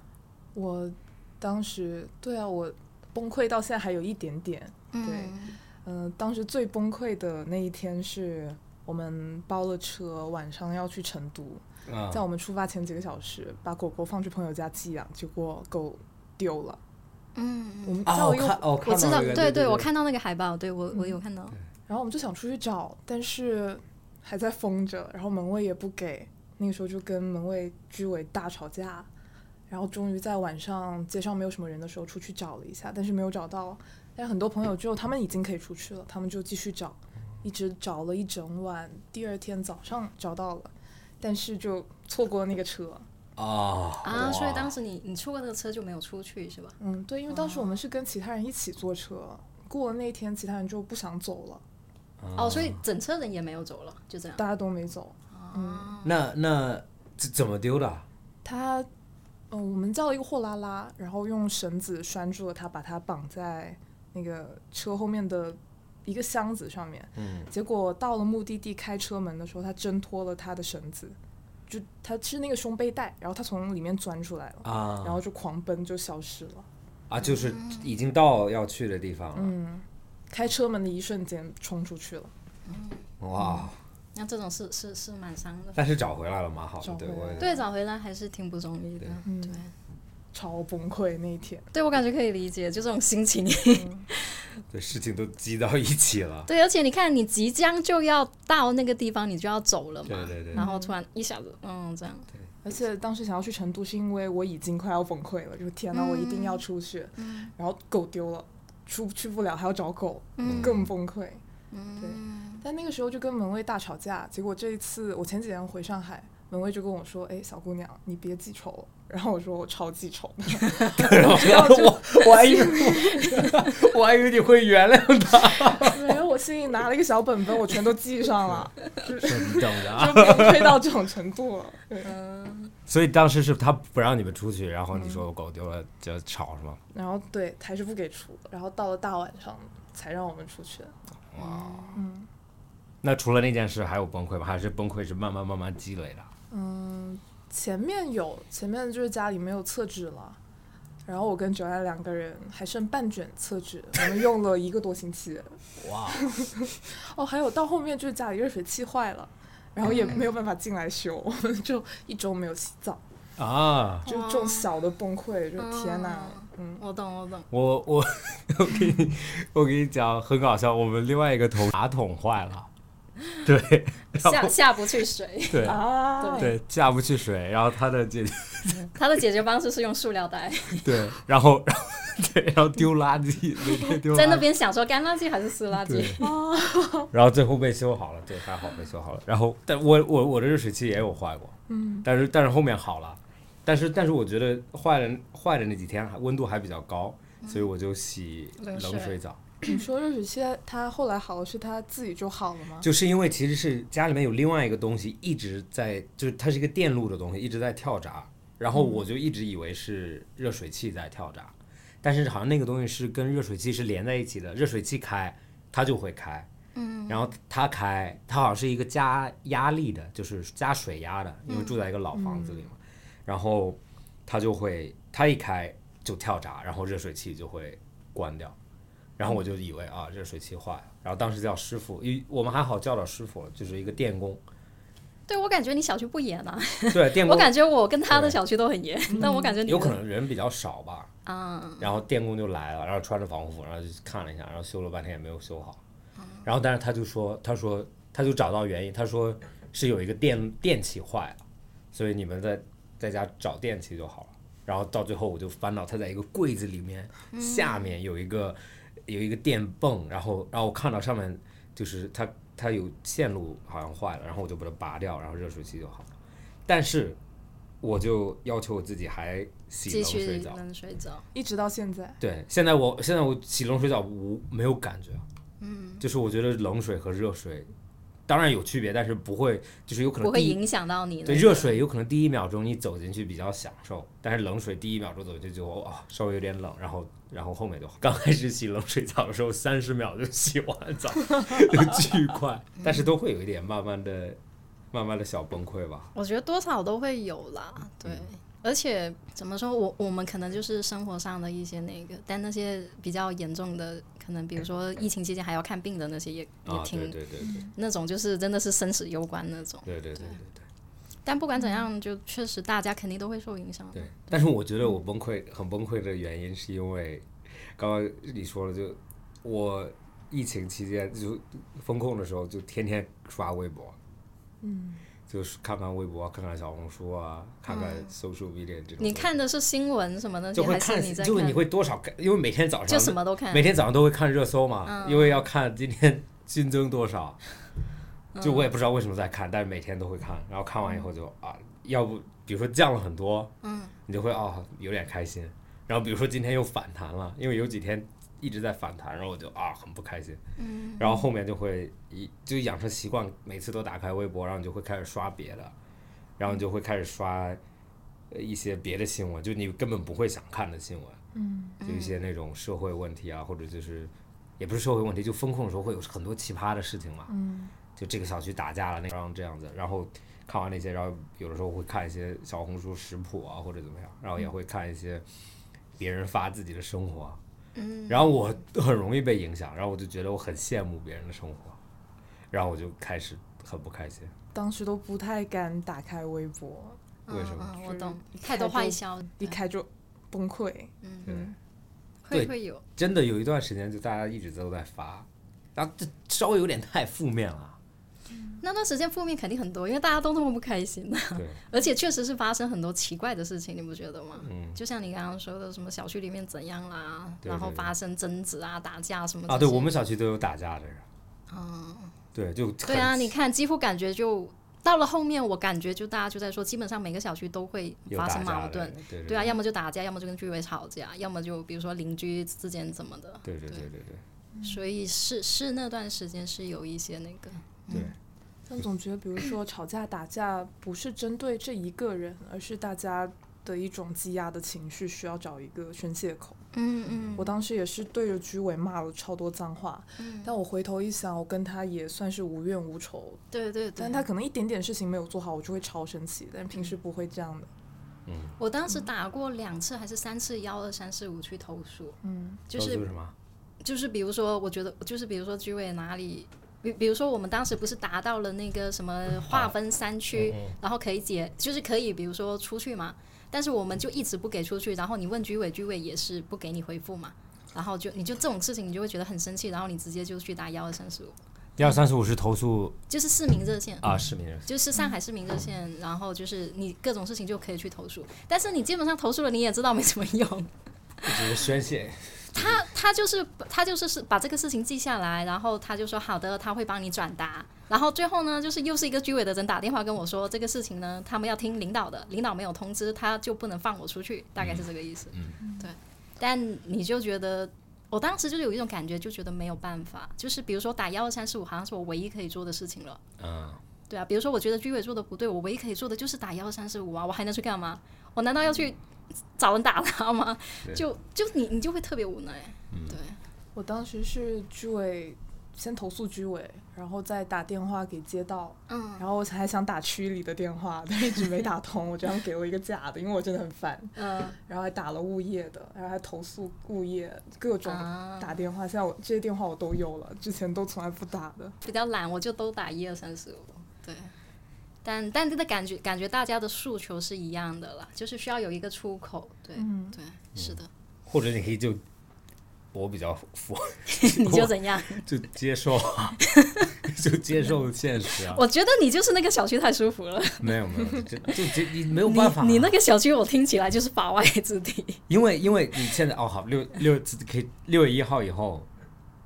S2: 我当时对啊，我崩溃到现在还有一点点。对，嗯、当时最崩溃的那一天是我们包了车，晚上要去成都，
S3: 啊
S2: 在我们出发前几个小时，把狗狗放去朋友家寄养，结果狗丢了。嗯，我们在
S3: 哦，
S2: 我
S3: 我
S2: 又，
S3: 看，哦，
S4: 我
S3: 看
S4: 知
S3: 到
S4: 道，
S3: 这个
S4: 对
S3: 对
S4: 我看到那个海报，对我我有看到，
S2: 然后我们就想出去找，但是还在封着，然后门卫也不给。那个时候就跟门卫、居委大吵架，然后终于在晚上街上没有什么人的时候出去找了一下，但是没有找到。但是很多朋友之后他们已经可以出去了，他们就继续找，一直找了一整晚。第二天早上找到了，但是就错过那个车。
S3: 哦
S4: 啊，所以
S3: 哇
S4: 当时你你错过那个车就没有出去是吧？
S2: 嗯，对，因为当时我们是跟其他人一起坐车，过了那一天，其他人就不想走了，
S3: 嗯
S4: 哦，所以整车人也没有走了，就这样。
S2: 大家都没走。嗯
S3: 那那这怎么丢的啊？
S2: 他，呃，我们叫了一个货拉拉，然后用绳子拴住了他，把他绑在那个车后面的一个箱子上面。嗯，结果到了目的地开车门的时候，他挣脱了他的绳子，就他是那个胸背带，然后他从里面钻出来了，
S3: 啊
S2: 然后就狂奔就消失了。
S3: 啊，就是
S4: 嗯
S3: 已经到要去的地方了。
S2: 开车门的一瞬间冲出去了，
S3: 哇！
S4: 那这种是是是蛮伤的，
S3: 但是找回来了，蛮好的。
S2: 找
S3: 对
S2: 回
S3: 我
S2: 来
S3: 也，
S4: 对，找回来还是挺不容易的。
S2: 嗯
S4: 对，
S2: 超崩溃那一天。
S4: 对我感觉可以理解，就这种心情。
S3: 对事情都积到一起了。
S4: <laughs> 对，而且你看，你即将就要到那个地方，你就要走了嘛。
S3: 对对对
S4: 然后突然一下子，嗯，这样。
S2: 而且当时想要去成都，是因为我已经快要崩溃了，就是天呐，我一定要出去。然后狗丢了，出去不了，还要找狗，更崩溃。对。但那个时候就跟门卫大吵架，结果这一次我前几天回上海，门卫就跟我说：“哎，小姑娘，你别记仇。”然后我说：“我超记仇。
S3: 然后 <laughs> 我我还以为我 <laughs> 我还以为你会原谅他，”
S2: 然后我心里拿了一个小本本，我全都记上了，
S3: <laughs> 你等着啊
S2: 就。崩溃到这种程度了。对。
S3: 所以当时是他不让你们出去，然后
S4: 嗯
S3: 你说我狗丢了就吵是吗？
S2: 然后对，还是不给出，然后到了大晚上才让我们出去。
S3: 那除了那件事还有崩溃吗？还是崩溃是慢慢慢慢积累的？
S2: 嗯，前面有，前面就是家里没有厕纸了，然后我跟九爱两个人还剩半卷厕纸，我们用了一个多星期。
S3: 哇！
S2: 哦，还有到后面就是家里热水器坏了，然后也没有办法进来修，我们就一周没有洗澡，
S3: 啊，
S2: 就这种小的崩溃，就天哪，嗯，
S4: 我懂， <laughs> 我懂。
S3: 我我我给你我给你讲很搞笑，我们另外一个同事马桶坏了，对，然
S4: 下
S3: 后
S4: 下不去 <laughs> 水，
S3: 对
S2: 啊，
S3: 对下不去水，然后他的姐姐
S4: 他的解决方式是用塑料 <laughs> 袋，
S3: 对，然后 <laughs> 然后对，然后丢垃圾，每天丢垃圾
S4: 在那边想说干垃圾还是湿垃圾
S3: 对。 <laughs> 然后最后被修好了，对，还好被修好了。然后，但我我我的热水器也有坏过，嗯，但是但是后面好了，但是但是我觉得坏了坏的那几天还温度还比较高，所以我就洗
S4: 嗯冷
S3: 冷水
S4: 水
S3: 澡，
S2: 你说热水器它后来好了，是它自己就好了吗？
S3: 就是因为其实是家里面有另外一个东西一直在，就是它是一个电路的东西一直在跳闸，然后我就一直以为是热水器在跳闸，但是好像那个东西是跟热水器是连在一起的，热水器开它就会开，嗯，然后它开它好像是一个加压力的，就是加水压的，因为住在一个老房子里嘛，然后它就会它一开就跳闸，然后热水器就会关掉。然后
S4: 嗯
S3: 我就以为啊热水器坏了，然后当时叫师傅，因为我们还好叫到师傅了，就是一个电
S4: <laughs>
S3: 工，
S4: <laughs> 对我感觉你小区不严 <laughs> 啊，
S3: 对电
S4: 我
S3: 工，
S4: 感觉我跟他的
S3: 对
S4: 小区都很严，但我感觉你
S3: 有
S4: 的
S3: 可能人比较少吧，
S4: 啊，
S3: 然后电工就来了，然后穿着防护服，然后就看了一下，然后修了半天也没有修好，
S4: 嗯
S3: 然后但是他就说，他说他就找到原因，他说是有一个电电器坏了，所以你们在在家找电器就好了。然后到最后我就翻到他在一个柜子里面，下面有一个有一个电泵，然后然后我看到上面就是它它有线路好像坏了，然后我就把它拔掉，然后热水器就好了。但是我就要求我自己还洗
S4: 继
S3: 冷水
S4: 续
S3: 澡，
S4: 冷水澡。
S2: 一直到现在，
S3: 对，现在我现在我洗冷水澡无没有感觉，嗯，就是我觉得冷水和热水当然有区别，但是不会就是有可能
S4: 不会
S3: 第一
S4: 影响到你的
S3: 对热水有可能第一秒钟你走进去比较享受，但是冷水第一秒钟走进去就哦稍微有点冷，然后然后后面就好。刚开始洗冷水澡的时候，三十秒就洗完澡，就巨
S4: <laughs>
S3: 快，但是都会有一点慢慢的、慢慢的小崩溃吧。
S4: 我觉得多少都会有啦，
S3: 嗯
S4: 对。而且怎么说，我我们可能就是生活上的一些那个，但那些比较严重的，可能比如说疫情期间还要看病的那些也，也
S3: 啊，
S4: 挺、
S3: 对对对对
S4: 那种，就是真的是生死攸关那种。
S3: 对对对对对。
S4: 但不管怎样，就确实大家肯定都会受影响。
S3: 嗯对，但是我觉得我崩溃很崩溃的原因是因为，刚刚你说了就，我疫情期间就封控的时候就天天刷微博，
S2: 嗯，
S3: 就是看看微博，看看小红书啊，看看 social media 这种东西。
S4: 嗯你看的是新闻什么的，
S3: 就会
S4: 还是
S3: 看
S4: 你，在
S3: 就是你会多少看，因为每天早上
S4: 就什么都看
S3: 每。天早上都会看热嗯搜嘛，因为要看今天新增多少。就我也不知道为什么在看，但是每天都会看，然后看完以后就啊，要不比如说降了很多，嗯，你就会哦有点开心，然后比如说今天又反弹了，因为有几天一直在反弹，然后我就啊很不开心，嗯，然后后面就会一就养成习惯，每次都打开微博，然后你就会开始刷别的，然后你就会开始刷呃一些别的新闻，就你根本不会想看的新闻，嗯，就一些那种社会问题啊，或者就是也不是社会问题，就风控的时候会有很多奇葩的事情嘛，嗯，就这个小区打架了，那让这样子，然后看完那些，然后有的时候会看一些小红书食谱啊或者怎么样，然后也会看一些别人发自己的生活，嗯，然后我很容易被影响，然后我就觉得我很羡慕别人的生活，然后我就开始很不开心，
S2: 当时都不太敢打开微博，
S3: 为什么？
S4: 嗯嗯
S2: 就
S4: 我
S2: 是
S4: 懂，
S2: 一
S4: 太
S2: 开
S4: 多
S2: 就
S4: 坏消，
S2: 一开就崩溃。
S3: 对。
S4: 会
S3: 对
S4: 会有。
S3: 真的有一段时间，就大家一直都在发，然后这稍微有点太负面了。
S4: 那段时间负面肯定很多，因为大家都那么不开
S3: <laughs>
S4: 心、<laughs>
S3: 对，
S4: 而且确实是发生很多奇怪的事情，你不觉得吗？嗯，就像你刚刚说的，什么小区里面怎样啦，
S3: 对
S4: 然后
S3: 对对
S4: 发生争执啊、打架什么
S3: 啊，
S4: 这
S3: 对
S4: 些
S3: 我们小区都有打架的人。对，就很
S4: 哦对啊，你看，几乎感觉就到了后面，我感觉就大家就在说，基本上每个小区都会
S3: 有
S4: 发
S3: 打
S4: 生
S3: 架
S4: 矛
S3: 的
S4: 盾
S3: 人，，对
S4: 对啊，要么就打架，要么就跟居委吵架，要么就比如说邻居之间怎么的，
S3: 对对对对对
S4: 所以是是那段时间是有一些那个，
S3: 对，
S2: 但总觉得，比如说吵架打架，不是针对这一个人，而是大家的一种积压的情绪，需要找一个宣泄口。
S4: 嗯嗯，
S2: 我当时也是对着居委骂了超多脏话，但我回头一想，我跟他也算是无怨无仇，
S4: 对对对
S2: 但。他可能一点点事情没有做好，我就会超生气，但平时不会这样的。
S4: 我当时打过两次还是三次幺二三四五去投诉，
S2: 嗯，
S4: 就
S3: 都
S4: 是
S3: 什么？
S4: 就是比如说，我觉得就是比如说居委哪里，比比如说我们当时不是达到了那个什么划分三区，然后可以解，就是可以比如说出去嘛，但是我们就一直不给出去，然后你问居委，居委也是不给你回复嘛，然后就你就这种事情你就会觉得很生气，然后你直接就去打幺二三四五，
S3: 幺三四五是投诉
S4: 就是市民热线。
S3: 啊，市民人
S4: 就是上海市民热线，然后就是你各种事情就可以去投诉，但是你基本上投诉了，你也知道没什么用，
S3: 只是宣泄。
S4: 他他就是他就是是把这个事情记下来，然后他就说好的，他会帮你转达。然后最后呢，就是又是一个居委的人打电话跟我说这个事情呢，他们要听领导的，领导没有通知，他就不能放我出去，大概是这个意思。嗯，对。但你就觉得，我当时就是有一种感觉，就觉得没有办法，就是比如说打幺二三四五，好像是我唯一可以做的事情了。
S3: 嗯，
S4: 对啊，比如说我觉得居委做的不对，我唯一可以做的就是打幺二三四五啊，我还能去干嘛？我难道要去找人打他吗？就就你你就会特别无奈。对，
S2: 我当时是居委先投诉居委，然后再打电话给街道，
S4: 嗯
S2: 然后我还想打区里的电话，但一直没打通，我这样给我一个假的，因为我真的很烦。
S4: 呃，
S2: 然后还打了物业的，然后还投诉物业，各种
S4: 啊
S2: 打电话。现在我这些电话我都有了，之前都从来不打的。
S4: 比较懒，我就都打一二三四五。对，但但真的感觉感觉大家的诉求是一样的啦，就是需要有一个出口。对、
S2: 嗯，
S4: 对，是的，
S3: 或者你可以就我比较
S4: <laughs>
S3: 佛，嗯
S4: 你就怎样？
S3: 就接受啊， <laughs> 就接受现实啊。
S4: <laughs> 我觉得你就是那个小区太舒服了，
S3: 没有没有，就就这你没有办法啊、
S4: 你你那个小区我听起来就是法外之地。
S3: 因为因为你现在哦好六六可以六月一号以后，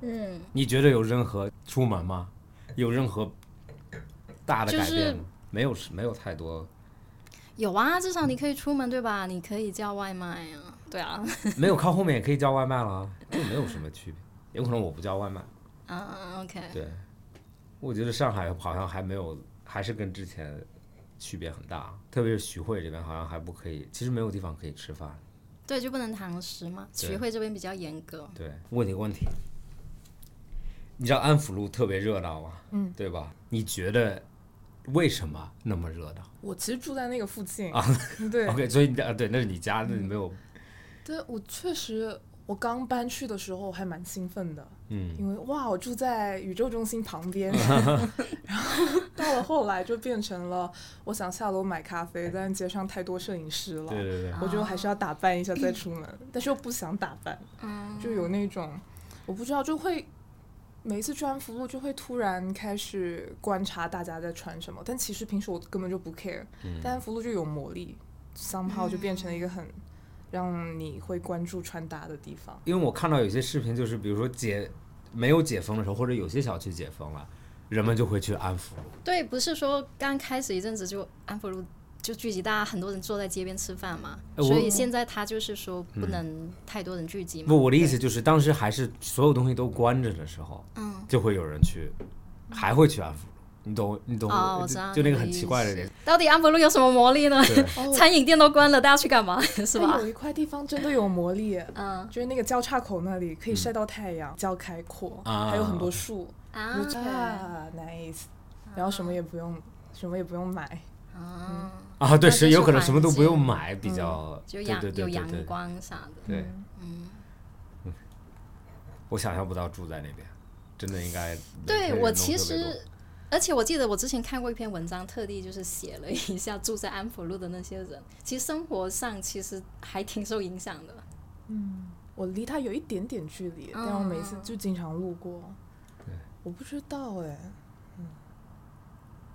S4: 嗯，
S3: 你觉得有任何出门吗？有任何大的
S4: 就
S3: 改
S4: 是
S3: 变吗？没有，没有太多，
S4: <laughs> 有啊，至少你可以出门对吧？你可以叫外卖啊。对 <laughs> 啊，
S3: 没有靠后面也可以叫外卖了啊，就没有什么区别。有可能我不叫外卖，
S4: 啊，OK，
S3: 对，我觉得上海好像还没有，还是跟之前区别很大，特别是徐汇这边好像还不可以，其实没有地方可以吃饭。
S4: 对，就不能堂食嘛。
S3: 对
S4: 徐汇这边比较严格，
S3: 对，问你个问题，你知道安福路特别热闹吗？嗯，对吧？你觉得为什么那么热闹
S2: 我其实住在那个附近， <laughs> 对
S3: ？OK，所以你啊，对，那是你家，那你没有，
S2: 对，我确实，我刚搬去的时候还蛮兴奋的，嗯，因为哇，我住在宇宙中心旁边，然后到了后来就变成了，我想下楼买咖啡，但是街上太多摄影师了，
S3: 对
S4: 啊
S3: 对对，
S2: 我觉得还是要打扮一下再出门，
S4: 嗯
S2: 但是又不想打扮，就有那种我不知道，就会每一次去安福路就会突然开始观察大家在穿什么，但其实平时我根本就不 care，、但安福路就有魔力，somehow 就变成了一个很让你会关注穿搭的地方。
S3: 因为我看到有些视频，就是比如说解没有解封的时候，或者有些小区解封了，人们就会去安福路。
S4: 对，不是说刚开始一阵子就安福路就聚集，大家很多人坐在街边吃饭嘛，
S3: 哎我
S4: 所以现在他就是说不能太多人聚集嘛。
S3: 不，我的意思就是，当时还是所有东西都关着的时候，
S4: 嗯，
S3: 就会有人去，还会去安福路。你懂，你懂，
S4: 哦我
S3: 就
S4: 知道
S3: 就那
S4: 你
S3: 个
S4: 的
S3: 很
S4: 意
S3: 奇怪的
S4: 思
S3: 点，
S4: 到底安福路有什么魔力呢？
S3: 对
S4: <laughs> 餐饮店都关了，大家去干嘛？ <laughs> 是
S2: 但
S4: 吧？
S2: 有一块地方真的有魔力耶，
S4: <laughs> 嗯
S2: 就是那个交叉口那里可以晒到太阳，比较开阔，
S3: 啊
S2: 还有很多树，
S4: 啊
S2: 我就啊，nice，然后什么也不用，什么也不用买。
S4: 啊，
S3: 啊，对，
S4: 那就是是
S3: 有可能什么都
S4: 环
S3: 不用
S4: 境
S3: 买，比较
S4: 就
S3: 对
S4: 阳
S3: 对
S4: 有
S3: 对对
S4: 阳
S3: 对
S4: 光啥的。
S3: 对，
S4: 嗯，
S3: 我想象不到住在那边，真的应该每天
S4: 对
S3: 人
S4: 我
S3: 都
S4: 其
S3: 特别多
S4: 实，而且我记得我之前看过一篇文章，特地就是写了一下住在安福路的那些人，其实生活上其实还挺受影响的。
S2: 我离它有一点点距离，
S4: 嗯
S2: 但我每次就经常路过。我不知道哎、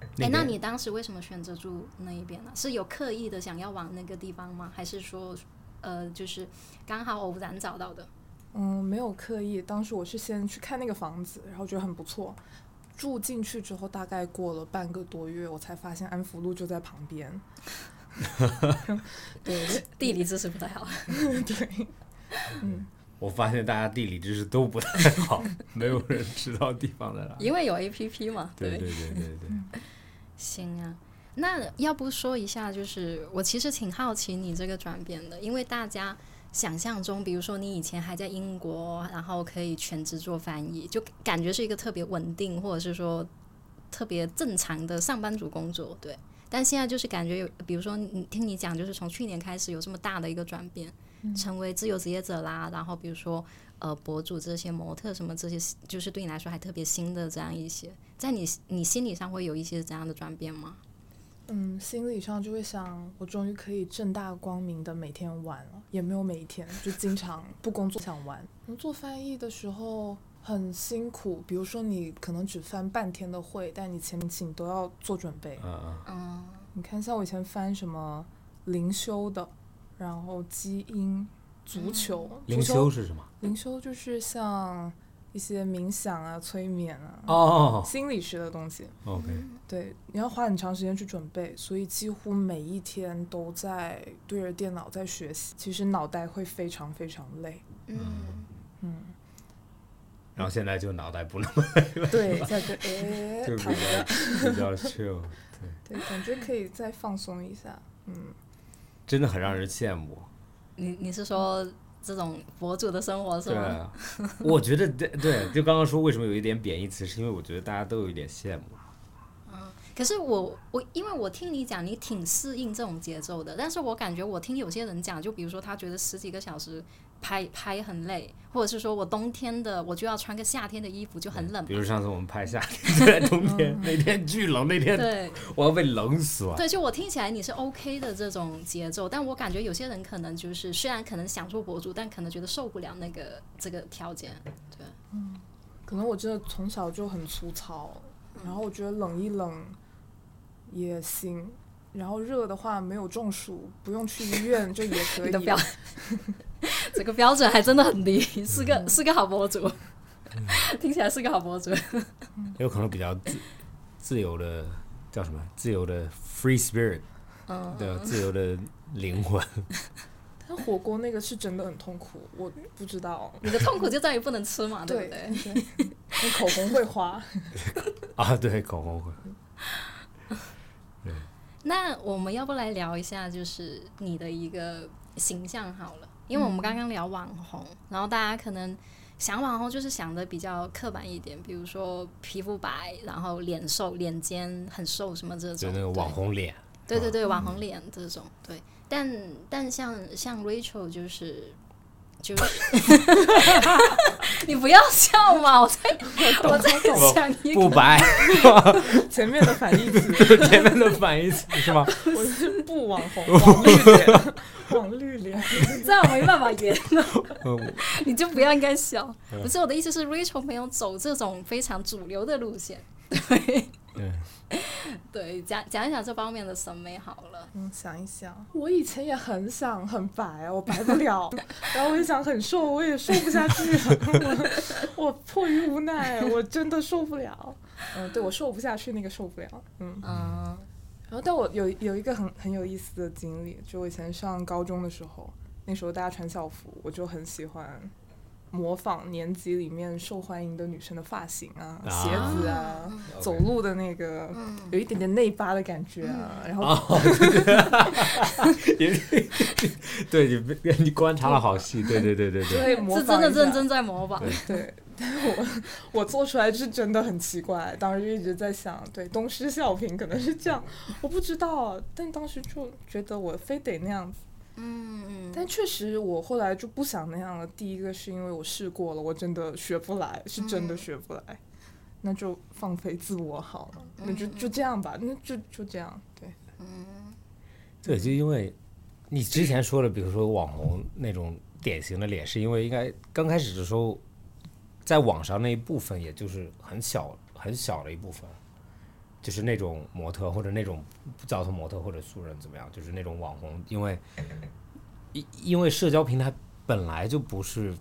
S4: 哎，那
S3: 边
S4: 你当时为什么选择住那一边呢？是有刻意的想要往那个地方吗？还是说，呃，就是刚好偶然找到的？
S2: 嗯，没有刻意。当时我是先去看那个房子，然后觉得很不错。住进去之后，大概过了半个多月，我才发现安福路就在旁边。
S4: 对， <laughs> 地理知识不太好。
S2: 对，
S3: 我发现大家地理知识都不太好， <laughs> 没有人知道地方在哪。
S4: <laughs> 因为有 A P P 嘛，
S3: 对对对对
S4: 嗯
S3: 对，
S4: 行啊，那要不说一下，就是我其实挺好奇你这个转变的，因为大家想象中，比如说你以前还在英国，然后可以全职做翻译，就感觉是一个特别稳定，或者是说特别正常的上班族工作，对。但现在就是感觉有，比如说你听你讲，就是从去年开始有这么大的一个转变，成为自由职业者啦，然后比如说呃博主这些模特什么这些，就是对你来说还特别新的这样一些，在你你心理上会有一些怎样的转变吗？
S2: 嗯，心理上就会想，我终于可以正大光明的每天玩了，也没有每一天，就经常不工作想玩。嗯做翻译的时候很辛苦，比如说你可能只翻半天的会，但你前期你都要做准备。
S3: 嗯嗯，
S4: 啊
S2: 你看，像我以前翻什么灵修的，然后基因、足球、
S3: 灵
S2: 足
S3: 修是什么？
S2: 灵修就是像一些冥想啊、催眠啊、
S4: 嗯
S3: 哦
S2: 心理学的东西。
S3: ，OK，
S2: 对，你要花很长时间去准备，所以几乎每一天都在对着电脑在学习，其实脑袋会非常非常
S3: <laughs>
S2: 累。
S3: 然后现在就脑袋不
S4: <laughs>
S3: 那么
S2: 对，在对，诶
S3: 就比
S2: 躺着，
S3: 较比较 chill，对，
S2: 对，感觉可以再放松一下。
S3: 真的很让人羡慕。
S4: 你你是说这种博主的生活是
S3: 对
S4: 吗？
S3: 啊，我觉得对对，就刚刚说为什么有一点贬义词，是因为我觉得大家都有一点羡慕。
S4: 可是我我因为我听你讲，你挺适应这种节奏的，但是我感觉我听有些人讲，就比如说他觉得十几个小时拍拍很累，或者是说我冬天的我就要穿个夏天的衣服就很冷
S3: 啊
S4: 嗯
S3: 比，如上次我们拍夏天，在冬天，那天巨冷，那天
S4: 对
S3: 我要被冷死了。
S4: 对，就我听起来你是 OK 的这种节奏，但我感觉有些人可能就是虽然可能想做博主，但可能觉得受不了那个这个条件，对。
S2: 可能我真的从小就很粗糙，然后我觉得冷一冷也行，然后热的话没有中暑，不用去医院就也可以。
S4: <laughs> 你的标，这个标准还真的很低，
S3: 嗯
S4: 是个是个好博主， <laughs> 听起来是个
S3: <laughs>
S4: 好博主。
S3: 有可能比较自自由的叫什么？自由的 free spirit，
S4: 嗯，
S3: 对吧？自由的灵魂。 <laughs>
S2: 但火锅那个是真的很痛苦，我不知道。
S4: 啊你的痛苦就在于不能吃嘛，对不
S2: 对 <laughs>
S4: 对？
S2: 对你口红会花，
S3: 啊，对，口红会。
S4: 那我们要不来聊一下，就是你的一个形象好了，因为我们刚刚聊网红，然后大家可能想网红就是想的比较刻板一点，比如说皮肤白，然后脸瘦、脸尖很瘦什么这种，
S3: 就那个网红
S4: <laughs>
S3: 脸，
S4: 对，对对对，网红脸这种，对。但但像像 Rachel 就是就是，你不要笑嘛，我在 <laughs> 我在
S3: 懂
S4: 想一个
S3: 不白 <laughs>
S2: 前面的反义
S4: <laughs>
S2: 词，
S3: 前面的反义词是吗？ <laughs>
S2: 我是不网
S4: <laughs>
S2: 红，网绿脸，网绿脸。
S4: 这样没办法圆了
S3: 嗯，
S4: <laughs> 你就不要应该笑。不是我的意思是，Rachel 没有走这种非常主流的路线。对
S3: 对，
S4: <laughs> 对，讲讲一讲这方面的审美好了。
S2: 嗯，想一想，我以前也很想很白，啊我白不 <laughs> 了，然后我也想很瘦，我也瘦不下去，啊 <laughs> 我我迫于无奈，我真的受不了。 <laughs> 嗯，对我瘦不下去那个受不了，嗯。
S4: 嗯
S2: 然后，但我有有一个很很有意思的经历，就我以前上高中的时候，那时候大家穿校服，我就很喜欢模仿年级里面受欢迎的女生的发型啊、
S3: 啊
S2: 鞋子啊、走路的那个有一点点内八的感觉啊，然后
S3: 哦，也 <laughs> 对你被，你观察的好细，对对对对
S2: 就
S3: 对，
S2: 会模
S4: 是
S2: 仿
S4: 真的
S2: 一下
S4: 认真在模仿。
S2: 对，但是我我做出来是真的很奇怪，当时就一直在想，对东施效颦可能是这样，我不知道，但当时就觉得我非得那样子，
S4: 嗯嗯
S2: 但确实我后来就不想那样了。第一个是因为我试过了，我真的学不来，是真的学不来，那就放飞自我好了，那就就这样吧，那就就这样，对，
S3: 对，就因为你之前说的，比如说网红那种典型的脸，是因为应该刚开始的时候，在网上那一部分，也就是很小很小的一部分，就是那种模特或者那种不叫做模特或者素人怎么样，就是那种网红，因为因因为社交平台本来就不是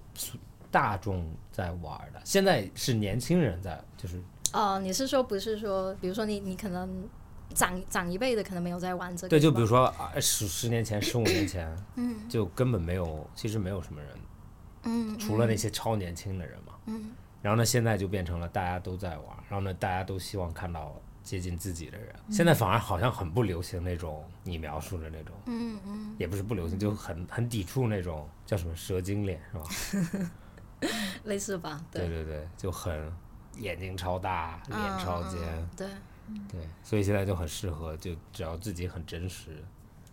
S3: 大众在玩儿的，现在是年轻人在，就是
S4: 哦，你是说不是说，比如说你你可能长长一辈的可能没有在玩这个吧？
S3: 对，就比如说啊十十年前、十五年前，嗯， <clears throat> 就根本没有，其实没有什么人，
S4: 嗯
S3: 除了那些超年轻的人嘛，嗯，然后呢，现在就变成了大家都在玩儿，然后呢，大家都希望看到接近自己的人，现在反而好像很不流行那种你描述的那种，嗯嗯，也不是不流行，就很很抵触那种叫什么蛇精脸是吧？
S4: 类似吧？
S3: 对
S4: 对
S3: 对对，就很眼睛超大，脸
S4: 嗯
S3: 超
S4: 嗯
S3: 尖，
S4: 对，
S3: 对，所以现在就很适合，就只要自己很真实、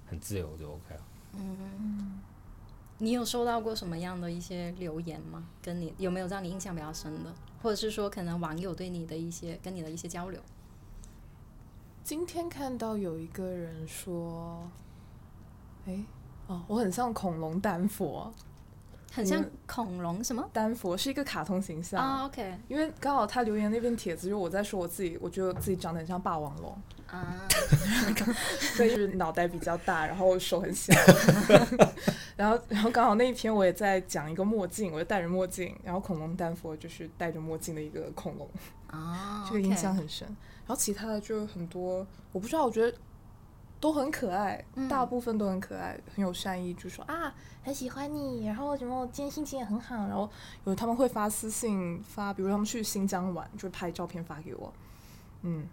S3: 很自由就 OK 了。
S4: 你有收到过什么样的一些留言吗？跟你有没有让你印象比较深的，或者是说可能网友对你的一些跟你的一些交流？
S2: 今天看到有一个人说，哎，哦，我很像恐龙丹佛，
S4: 很像恐龙什么？
S2: 丹佛是一个卡通形象
S4: 啊，OK，
S2: 因为刚好他留言那篇帖子，就是我在说我自己，我觉得我自己长得很像霸王龙，
S4: 啊，
S2: 所以就是脑袋比较大，然后手很小。然后，然后刚好那一篇我也在讲一个墨镜，我就戴着墨镜，然后恐龙丹佛就是戴着墨镜的一个恐龙，
S3: <laughs>
S4: 啊，
S2: 这个印象很深。然后其他的就很多，我不知道，我觉得都很可爱，大部分都很可爱，很有善意，就说啊很喜欢你，然后什么我今天心情也很好，然后有他们会发私信发，比如他们去新疆玩，就会拍照片发给我，嗯，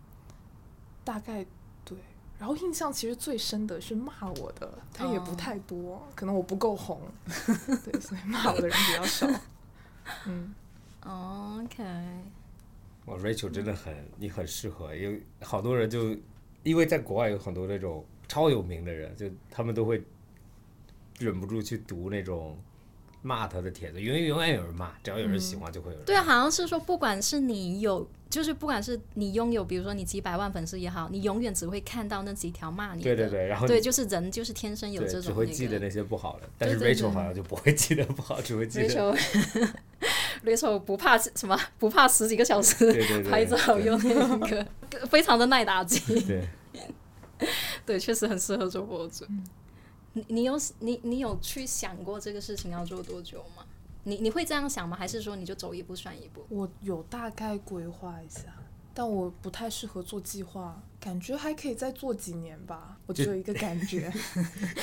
S2: 大概对。然后印象其实最深的是骂我的，他也不
S4: 哦
S2: 太多，可能我不够红，对，所以骂我的人比较少。嗯，
S4: o k
S3: 哇，Rachel 真
S4: 嗯
S3: 的很，你很适合，因为好多人就因为在国外有很多那种超有名的人，就他们都会忍不住去读那种骂他的帖子，因为永远有人骂，只要有人喜欢就会有人。
S4: 对啊，，好像是说，不管是你有，就是不管是你拥有，比如说你几百万粉丝也好，你永远只会看到那几条骂你的。
S3: 对对对，然后
S4: 对，就是人就是天生有
S3: 对
S4: 这种、那个。
S3: 只会记得那些不好的，但是
S4: 对
S3: Rachel 好像就不会记得不好，只会记得
S4: <laughs> Rachel Rachel 不怕什么，不怕十几个小时
S3: 对对对
S4: 拍照用那个，非常的耐打击。 <laughs>
S3: 对。
S4: 对，确实很适合做博主。你你有你你有去想过这个事情要做多久吗？你你会这样想吗？还是说你就走一步算一
S3: <laughs>
S4: 步？
S2: 我有大概规划一下，但我不太适合做计划，感觉还可以再做几年吧。我只
S3: 就
S2: 有一个感
S4: <laughs>
S2: 觉，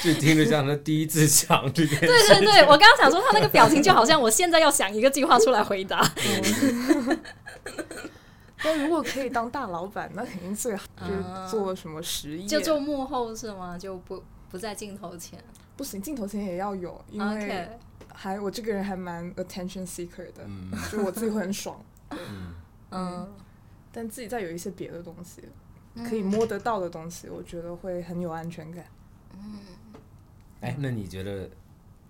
S3: 就听着像他第一次想这件
S4: 对
S3: 事，
S4: 对对，我刚刚想说他那个表情就好像我现在要想一个计划出来回答。
S2: 但如果可以当大老板，那肯定最好，就是做什么实业，
S4: <laughs> 啊就做幕后是吗？就不不在镜头前
S2: 不行，镜头前也要有，因为
S4: ？OK，
S2: 还我这个人还蛮 attention seeker 的，就我自己会很
S4: <laughs>
S2: 爽，
S4: 嗯，
S2: 但自己再有一些别的东西，可以摸得到的东西，我觉得会很有安全感。
S3: 哎，那你觉得？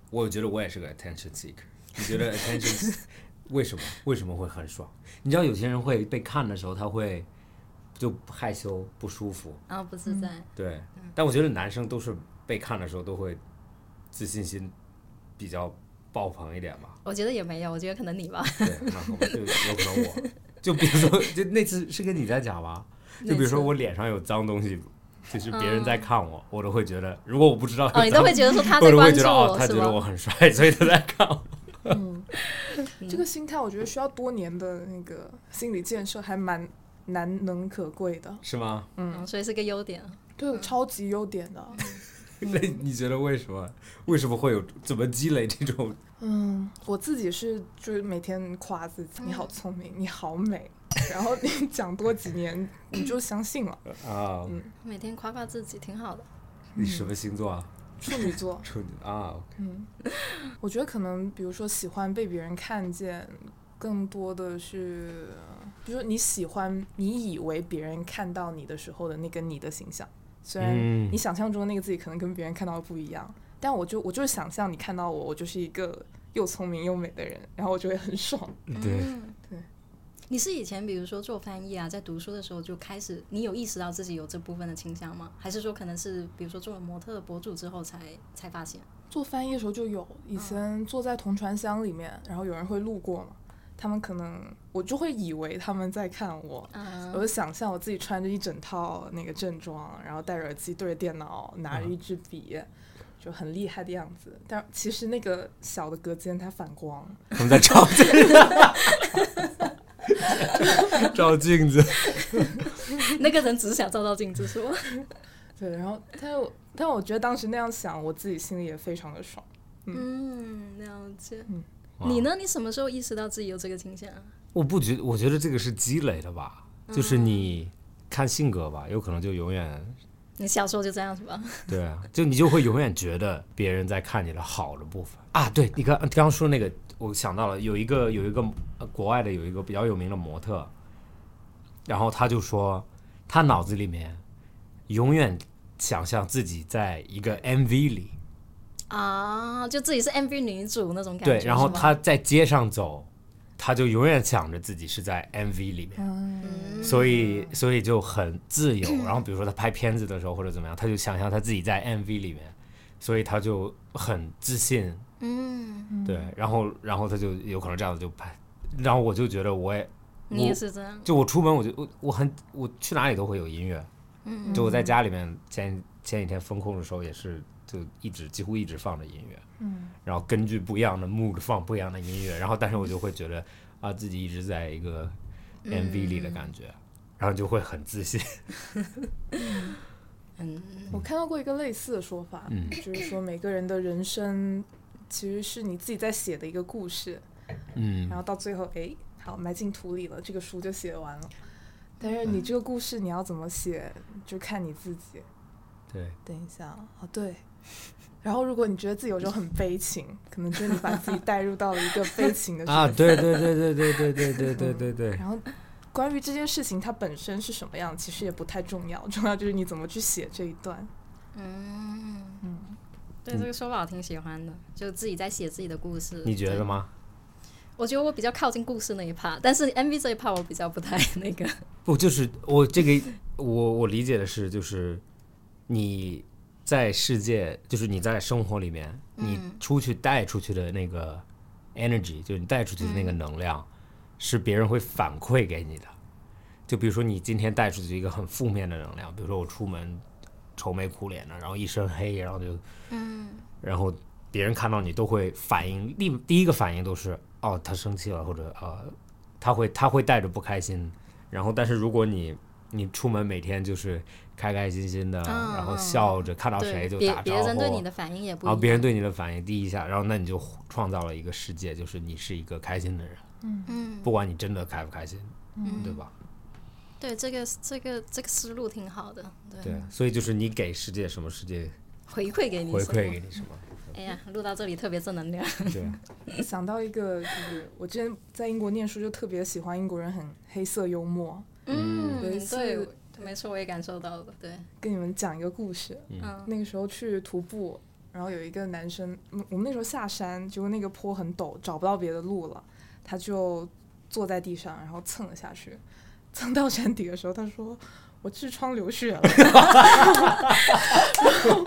S3: 我觉得我也是个 attention seeker。你觉得 attention <laughs> 为什么为什么会很爽？你知道有些人会被看的时候，他会就害羞不舒服，
S4: 然后哦不自在，
S3: 对。但我觉得男生都是被看的时候都会自信心比较爆棚一点吧。
S4: 我觉得也没有，我觉得可能你吧，
S3: 对，那好吧，
S4: <laughs>
S3: 就有可能我，就比如说，就那次是跟你在讲吗？就比如说我脸上有脏东西，就是别人在看我，我都会觉得，如果我不知道有脏，
S4: 嗯哦，你都会觉得说他
S3: 或
S4: 在
S3: 者会
S4: 关
S3: 觉
S4: 注
S3: 得哦，他
S4: 是
S3: 觉得我
S4: 吧？
S3: 很帅，所以他在看
S4: <laughs>
S3: 我。
S2: 这个心态，我觉得需要多年的那个心理建设，还蛮难能可贵的。
S3: 是吗？ <laughs>
S4: 嗯，所以是个优点。
S2: 对，超级优点的。
S3: 那你觉得为什么？为什么会有怎么积累这种？
S2: 嗯，我自己是就是每天夸自己，你好聪明，你好美，然后你讲多几年你就相信了。
S3: 啊，
S4: 每天夸夸自己挺好的，
S3: 你什么星座啊？
S2: 处女座，
S3: 处女啊，OK，
S2: 我觉得可能比如说喜欢被别人看见，更多的是，比如说你喜欢你以为别人看到你的时候的那个你的形象，虽然
S3: 嗯
S2: 你想象中的那个自己可能跟别人看到的不一样，但我就我就是想象你看到我，我就是一个又聪明又美的人，然后我就会很爽。
S4: 嗯
S3: 对，
S4: 你是以前比如说做翻译啊，在读书的时候就开始，你有意识到自己有这部分的倾向吗？还是说可能是比如说做了模特博主之后才才发现？
S2: 做翻译的时候就有，以前坐在同船箱里面，然后有人会路过嘛，他们可能我就会以为他们在看我，
S4: 嗯
S2: 我就想象我自己穿着一整套那个正装，然后戴着耳机对着电脑，拿着一支笔。就很厉害的样子，但其实那个小的隔间它反光，
S3: 他们在照
S4: <laughs>
S3: 镜子， <laughs> 照镜子，
S4: <laughs> 那个人只想照照镜子是吧？
S2: 对，然后但我但我觉得当时那样想，我自己心里也非常的爽。
S4: 嗯，了解。你呢？你什么时候意识到自己有这个倾向啊？
S3: 我不觉，我觉得这个是积累的吧，就是你看性格吧，有可能就永远
S4: 你小时候就这样是吧？
S3: 对啊，就你就会永远觉得别人在看你的好的部分啊。对你刚刚刚说那个，我想到了，有一个有一个、呃国外的有一个比较有名的模特，然后他就说他脑子里面永远想象自己在一个 MV 里，
S4: <laughs> 啊，就自己是 MV 女主那种感觉。
S3: 对，然后
S4: 是吧
S3: 他在街上走，他就永远想着自己是在 MV 里面，
S4: 嗯
S3: 所以所以就很自由。然后比如说他拍片子的时候或者怎么样，他就想象他自己在 MV 里面，所以他就很自信。嗯，对，然后然后他就有可能这样子就拍，然后我就觉得我也
S4: 你
S3: 我
S4: 也是这样。
S3: 就我出门我就我我很我去哪里都会有音乐，嗯，就我在家里面前前几天风控的时候也是就一直几乎一直放着音乐，嗯，然后根据不一样的 mood 放不一样的音乐，然后但是我就会觉得 <laughs> 啊自己一直在一个 MV 里的感觉，然后就会很自信，
S2: 我看到过一个类似的说法，就是说每个人的人生其实是你自己在写的一个故事，
S3: 嗯，
S2: 然后到最后，哎，好埋进土里了，这个书就写完了。但是你这个故事你要怎么写，就看你自己。
S3: <laughs> 对，
S2: 等一下啊，哦对。然后如果你觉得自己有时候很悲情，可能就是你把自己带入到了一个悲情的世界。
S3: <laughs> 啊，对对对对对对对对对对对，
S2: 然后关于这件事情它本身是什么样，其实也不太重要，重要就是你怎么去写这一段。
S4: 嗯
S3: 嗯
S4: 对这个说法我挺喜欢的，就自己在写自己的故事。
S3: 你觉得吗？
S4: 我觉得我比较靠近故事那一 part，但是 MV 这一 part 我比较不太那个。
S3: 不，就是我这个我我理解的是，就是你在世界，就是你在生活里面，你出去带出去的那个 energy，就是你带出去的那个能量，是别人会反馈给你的。就比如说你今天带出去一个很负面的能量，比如说我出门愁眉苦脸的，然后一身黑，然后就嗯，然后别人看到你都会反应，第第一个反应都是哦，他生气了，或者呃，他会他会带着不开心。然后，但是如果你你出门每天就是开开心心的，
S4: 嗯
S3: 然后笑着 <laughs> 看到谁
S4: 对，
S3: 就
S4: 别
S3: 打
S4: 别
S3: 招呼，
S4: 人对你的反应也不一
S3: 然后
S4: 样。
S3: 别人对你的反应第一下，然后那你就创造了一个世界，就是你是一个开心的人，嗯嗯，不管你真的开不开心，嗯，对吧？
S4: 对，这个这个这个思路挺好的，对，
S3: 对，所以就是你给世界什么，世界
S4: 回馈给你
S3: 回
S4: 什么
S3: 馈给
S2: <laughs>
S3: 你什么。
S4: 哎呀，录到这里特别正能量。
S3: 对，
S2: 想到一个，就是我之前在英国念书就特别喜欢英国人很黑色幽默。
S4: 嗯
S2: 有一
S4: 对
S2: 次，
S4: 没错，我也感受到了。对，
S2: 跟你们讲一个故事，
S4: 嗯
S2: 那个时候去徒步，然后有一个男生，嗯我们那时候下山，结果那个坡很陡，找不到别的路了，他就坐在地上，然后蹭了下去，蹭到山顶的时候，他说。我痔疮流血了，然后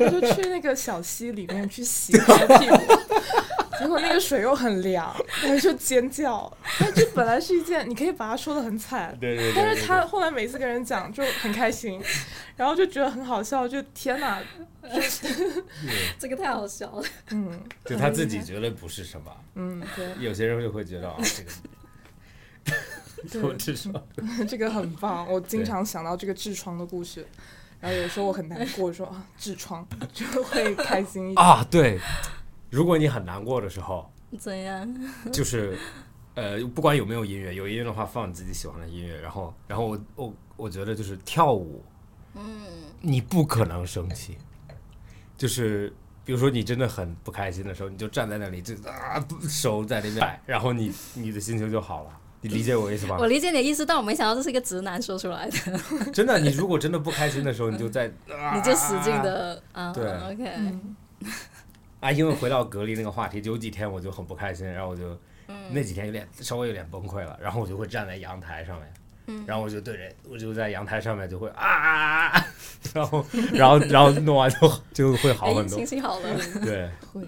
S2: 我就去那个小溪里面去洗我的屁股，结果那个水又很凉，我就尖叫。但这本来是一件，你可以把它说的很惨，
S3: <laughs> 对对
S2: 但是他后来每次跟人讲就很开心，然后就觉得很好笑，就天哪， <laughs>
S4: 这个太好笑了。
S2: 嗯
S3: 就他自己觉得不是什么，
S2: 嗯，对
S3: 有些人就会觉得啊，这个我 <laughs>
S2: 对，
S3: 至少
S2: 这个很棒，我经常想到这个痔疮的故事，然后有时候我很难过，说啊痔疮就会开心一
S3: <laughs>
S2: 点，
S3: 啊，对，如果你很难过的时候，
S4: 怎样？
S3: 就是呃，不管有没有音乐，有音乐的话放你自己喜欢的音乐，然后然后我我我觉得就是跳舞，嗯，你不可能生气，就是。比如说你真的很不开心的时候，你就站在那里，就啊不手在那边摆，然后你你的心情就好了。你理解我意思吧？
S4: 我理解你的意思，但我没想到这是一个直男说出来的，
S3: 真的，你如果真的不开心的时候，你就在啊
S4: 你就使劲的啊。
S3: 对
S4: OK，
S3: 啊，因为回到隔离那个话题，有几天我就很不开心，然后我就、
S4: 嗯
S3: 那几天有点稍微有点崩溃了，然后我就会站在阳台上面，
S4: 嗯
S3: 然后我就对着我就在阳台上面就会啊，然后然后然后弄完就就会好
S4: 哎，
S3: 很多
S4: 心，情好了。
S3: 对，
S2: 会。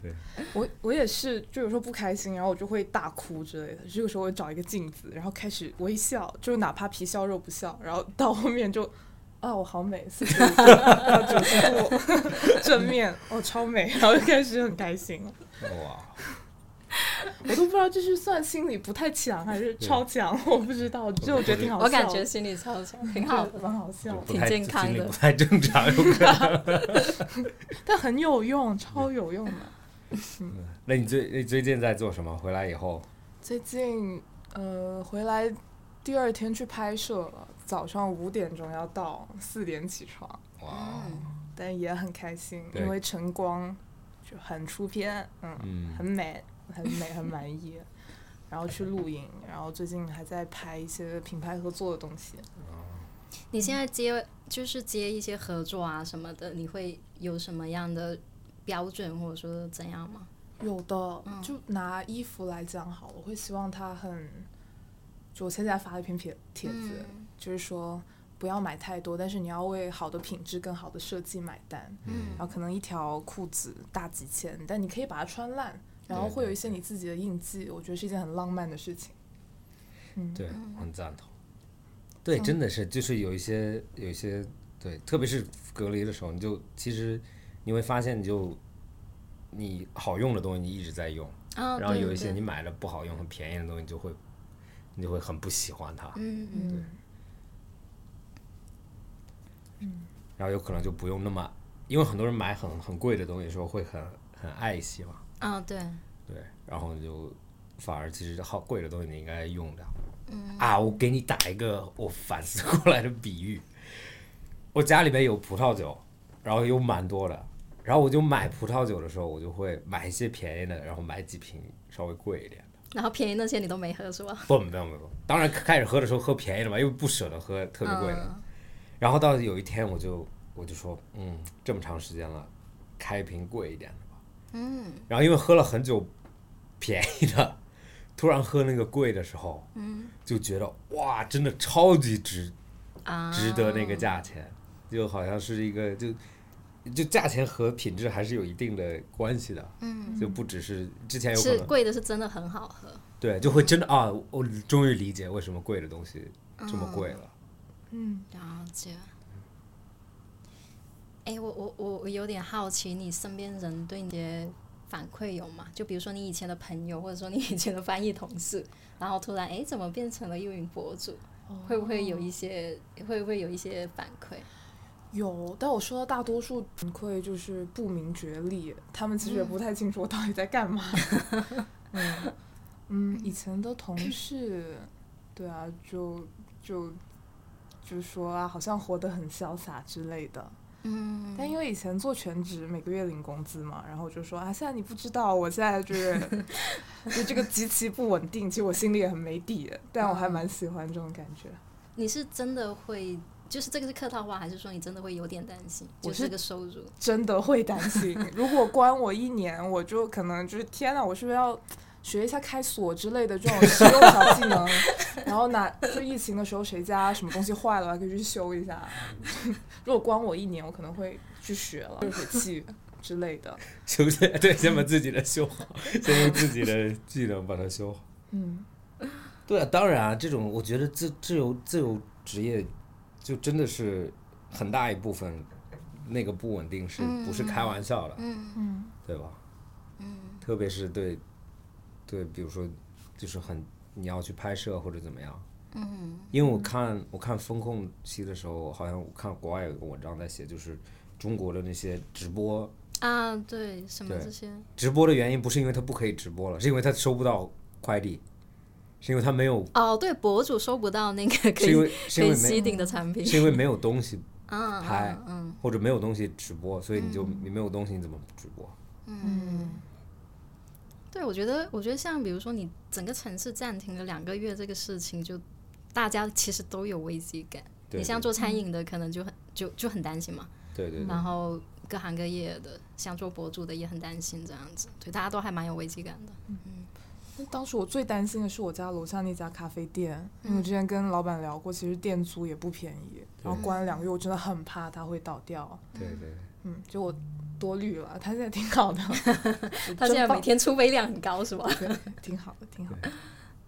S3: 对，
S2: 我我也是，就有时候不开心，然后我就会大哭之类的。这个时候我找一个镜子，然后开始微笑，就是哪怕皮笑肉不笑，然后到后面就，啊，我好美，四十五度，然后九十度，正面，哦，超美，然后就开始很开心了。
S3: 哇，
S2: 我都不知道这是算心理不太强还是超强，我不知道，就我觉得挺好笑
S4: 我
S2: 的，
S4: 感觉心理超强，挺好
S2: 就
S4: 的。
S2: 蛮好笑的，
S3: 就不太
S4: 挺健康
S3: 心里
S4: 的
S3: 不太正常，有可能。 <laughs>
S2: 但很有用，超有用的。
S3: 那你最你最近在做什么？回来以后，
S2: 最近呃回来第二天去拍摄了，早上五点钟要到，四点起床，
S3: 哇，哦
S2: 但也很开心，
S3: 对
S2: 因为晨光就很出片，嗯，
S3: 嗯
S2: 很美，很美，很满意。 <laughs> 然后
S3: <laughs>
S2: 去露营，然后最近还在拍一些品牌合作的东西。
S4: 你现在接就是接一些合作啊什么的，你会有什么样的标准或者说怎样吗？
S2: 有的，就拿衣服来讲好了，我会希望它很，就我现在发了一篇帖帖子，就是说不要买太多，但是你要为好的品质跟好的设计买单。
S4: 嗯，
S2: 然后可能一条裤子大几千，但你可以把它穿烂，然后
S3: 对
S2: 会有
S3: 对
S2: 一些你自己的印记，我觉得是一件很浪漫的事情。
S3: 对，
S4: 嗯
S3: 很赞同。对，真的是，就是有一些有一些对，特别是隔离的时候，你就其实你会发现，你就你好用的东西你一直在用，
S4: 啊，
S3: 然后
S4: 对
S3: 有一些
S4: 对
S3: 你买了不好用、很便宜的东西，你就会你就会很不喜欢它，
S4: 嗯嗯
S2: 嗯，
S4: 嗯
S3: 然后有可能就不用那么，因为很多人买很很贵的东西的时候会很很爱惜嘛，
S4: 啊对，
S3: 对，然后你就反而其实好贵的东西你应该用掉。啊，我给你打一个我反思过来的比喻，我家里面有葡萄酒，然后有蛮多的，然后我就买葡萄酒的时候，我就会买一些便宜的，然后买几瓶稍微贵一点的。
S4: 然后便宜那些你都没喝是吧？
S3: 不不不不，当然开始喝的时候喝便宜的嘛，因为不舍得喝特别贵的。然后到有一天我就我就说，嗯，这么长时间了，开一瓶贵一点的吧。嗯。然后因为喝了很久便宜的， <laughs> 突然喝那个贵的时候，嗯，就觉得哇，真的超级值，
S4: 啊，
S3: 值得那个价钱，就好像是一个就就价钱和品质还是有一定的关系的，嗯，就不只是之前有可
S4: 是
S3: 能
S4: 贵的是真的很好喝，
S3: 对，就会真的啊，我终于理解为什么贵的东西这么贵了，
S4: 了解。哎，我我我我有点好奇，你身边人对你的反馈有吗？就比如说你以前的朋友，或者说你以前的翻译同事，然后突然哎怎么变成了运营博主？会不会有一些会不会有一些反馈？
S2: 有，但我收到大多数反馈就是不明觉厉，他们其实也不太清楚我到底在干嘛。嗯嗯，以前的同事对啊，就就就说啊，好像活得很潇洒之类的。
S4: 嗯，
S2: 但因为以前做全职，每个月领工资嘛，然后我就说啊，现在你不知道，我现在就是就这个极其不稳定，其实我心里也很没底，但我还蛮喜欢这种感觉。
S4: 你是真的会，就是这个是客套话，还是说你真的会有点担心？
S2: 我
S4: 就是这个收入，
S2: 真的会担心， <laughs> 如果关我一年，我就可能就是天呐，我是不是要学一下开锁之类的这种实用小技能？然后哪就疫情的时候谁家什么东西坏了，我还可以去修一下。 <laughs> 如果关我一年，我可能会去学了热水器之类的。
S3: <laughs>
S5: 修剪对，先把自己的修好，先用自己的技能把它修好。
S2: 嗯，
S3: <laughs> 对啊，当然啊，这种我觉得自自由自由职业，就真的是很大一部分那个不稳定是不是开玩笑的，
S2: 嗯
S3: 对吧？嗯，特别是对对，比如说就是很你要去拍摄或者怎么样，嗯，因为我看我看风控期的时候，好像我看国外有一个文章在写，就是中国的那些直播
S4: 啊，对，什么
S3: 对
S4: 这些，
S3: 直播的原因不是因为他不可以直播了，是因为他收不到快递，是因为他没有，
S4: 哦，对，博主收不到那个可
S3: 是因
S4: 以
S3: 为是
S4: 可
S3: 因
S4: 以
S3: 为没
S4: 吸顶的产品
S3: 是因为没有东西
S4: 啊，
S3: 拍
S4: 嗯嗯，
S3: 或者没有东西直播，所以你就你没有东西你怎么直播？
S2: 嗯
S4: 对，我觉得，我觉得像比如说你整个城市暂停了两个月这个事情，就大家其实都有危机感。
S3: 对
S4: 你像做餐饮的，可能就很就就很担心嘛，
S3: 对对对
S4: 然后各行各业的，像做博主的也很担心这样子，对，大家都还蛮有危机感的。
S2: 那当时我最担心的是我家楼下那家咖啡店，因为我之前跟老板聊过，其实店租也不便宜，然后关了两个月，我真的很怕它会倒掉。
S3: 对对对。
S2: 嗯，就我多虑了，它现在挺好的，
S4: 他现在
S2: 真棒
S4: 每天出杯量很高是吧？
S2: 对，挺好的，挺好的。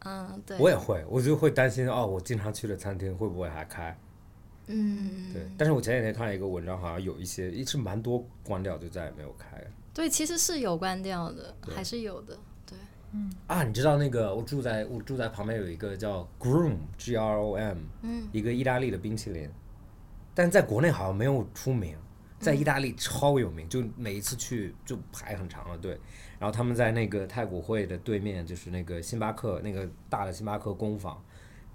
S4: 嗯，对，
S3: 我也会，我就会担心哦，我经常去的餐厅会不会还开？
S4: 嗯，
S3: 对，但是我前几天看了一个文章，好像有一些一直蛮多关掉，就再也没有开了。
S4: 对，其实是有关掉的，还是有的，对，
S3: 啊，你知道那个我住在我住在旁边有一个叫 Groom G R O M，
S4: 嗯，
S3: 一个意大利的冰淇淋，但在国内好像没有出名，在意大利超有名，就每一次去就排很长的队。然后他们在那个太古汇的对面，就是那个星巴克那个大的星巴克工坊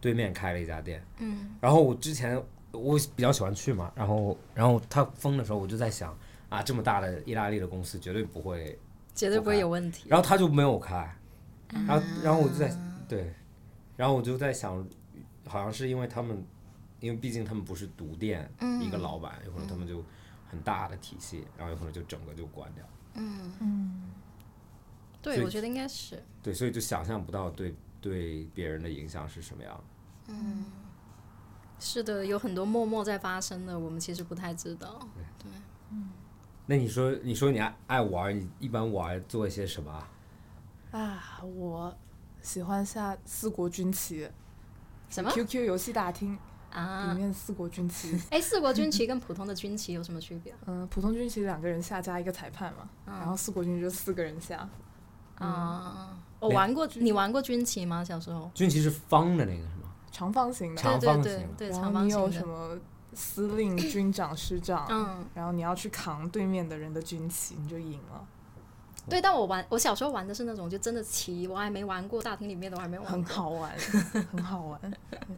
S3: 对面开了一家店。嗯，然后我之前我比较喜欢去嘛，然后然后它封的时候，我就在想啊，这么大的意大利的公司绝对不会
S4: 绝对不会有问题。
S3: 然后他就没有开，然后然后我就在对，然后我就在想，好像是因为他们，因为毕竟他们不是独店、一个老板，有可能他们就很大的体系，然后有可能就整个就关掉，所
S4: 对，
S3: 以
S4: 我觉得应该是，
S3: 对，所以就想象不到对对别人的影响是什么样。
S4: 是的，有很多默默在发生的，我们其实不太知道。
S3: 那你说，你说你爱爱玩儿，你一般玩儿做一些什么啊？
S2: 啊，我喜欢下四国军棋
S4: 什么
S2: QQ 游戏大厅里
S4: 啊？
S2: 面四国军棋，
S4: 哎，四国军旗跟普通的军旗有什么区别
S2: 嗯、普通军棋两个人下加一个裁判嘛，然后四国军就四个人下，
S3: 嗯
S4: 啊？我玩过，你玩过军旗吗？小时候？
S3: 军旗是方的那个是吗？
S2: 长方形的，
S3: 长
S4: 对
S3: 方
S4: 对
S3: 形
S4: 对
S3: 的
S4: 对，
S2: 然
S4: 长
S2: 后
S4: 方
S2: 你有什
S4: 形的。
S2: 么司令、军长、师长，
S4: 嗯，
S2: 然后你要去扛对面的人的军旗，你就赢了，
S4: 对，但我玩，我小时候玩的是那种就真的旗，我还没玩过，大厅里面的我还没玩
S2: 很
S4: 过。
S2: 好玩， <laughs> 很好玩，嗯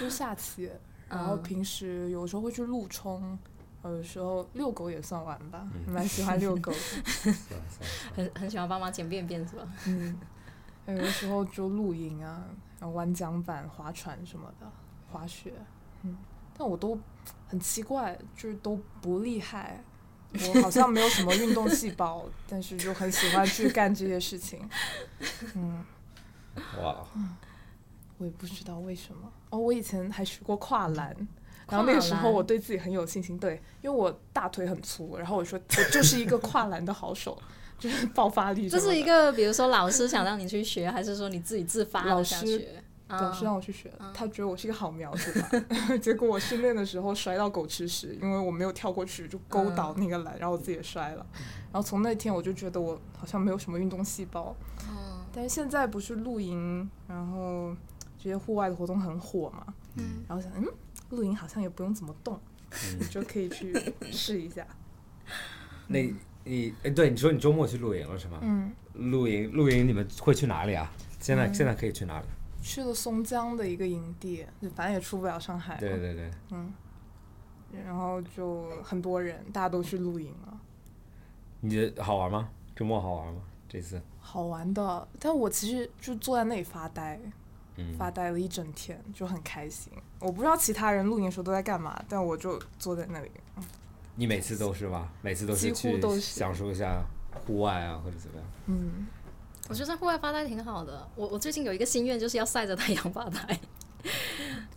S2: 就是下棋。然后
S4: 嗯
S2: 平时有时候会去路冲，有时候遛狗也算玩吧，蛮喜欢遛狗的。
S3: 算了算了
S4: 很很喜欢帮忙捡便便是吧？
S2: 嗯，还有的时候就露营啊，然后玩桨板、划船什么的，滑雪，嗯，但我都很奇怪，就是都不厉害。我好像没有什么运动细胞，但是就很喜欢去干这些事情。嗯，
S3: 哇，
S2: 我也不知道为什么。哦，我以前还学过跨栏， <laughs> 然后那个时候我对自己很有信心，对，因为我大腿很粗，然后我说我就是一个跨栏的好手， <laughs> 就是爆发力什
S4: 这
S2: 么的。
S4: 是一个，比如说老师想让你去学，还是说你自己自发
S2: 老
S4: 的想
S2: 师
S4: 学？
S2: 老师让我去学的，他觉得我是一个好苗子吧。 <laughs> 结果我训练的时候摔到狗吃屎，因为我没有跳过去，就勾倒那个栏，然后我自己也摔了。然后从那天我就觉得我好像没有什么运动细胞。但是现在不是露营，然后这些户外的活动很火嘛，然后想，嗯，露营好像也不用怎么动，就可以去试一下。
S3: 那你哎，对，你说你周末去露营了是吗？
S2: 嗯，
S3: 露营露营你们会去哪里啊？现在现在可以去哪里？
S2: 去了松江的一个营地，反正也出不了上海嘛。
S3: 对对对，
S2: 然后就很多人，大家都去露营了，
S3: 你觉得好玩吗？周末好玩吗？这次
S2: 好玩的。但我其实就坐在那里发呆，发呆了一整天，就很开心。我不知道其他人露营的时候都在干嘛，但我就坐在那里。
S3: 你每次都是吧？每次都
S2: 几
S3: 是
S2: 乎
S3: 去
S2: 都是
S3: 享受一下户外啊，或者怎么样？
S2: 嗯，
S4: 我觉得在户外发呆挺好的。我我最近有一个心愿，就是要晒着太阳发呆。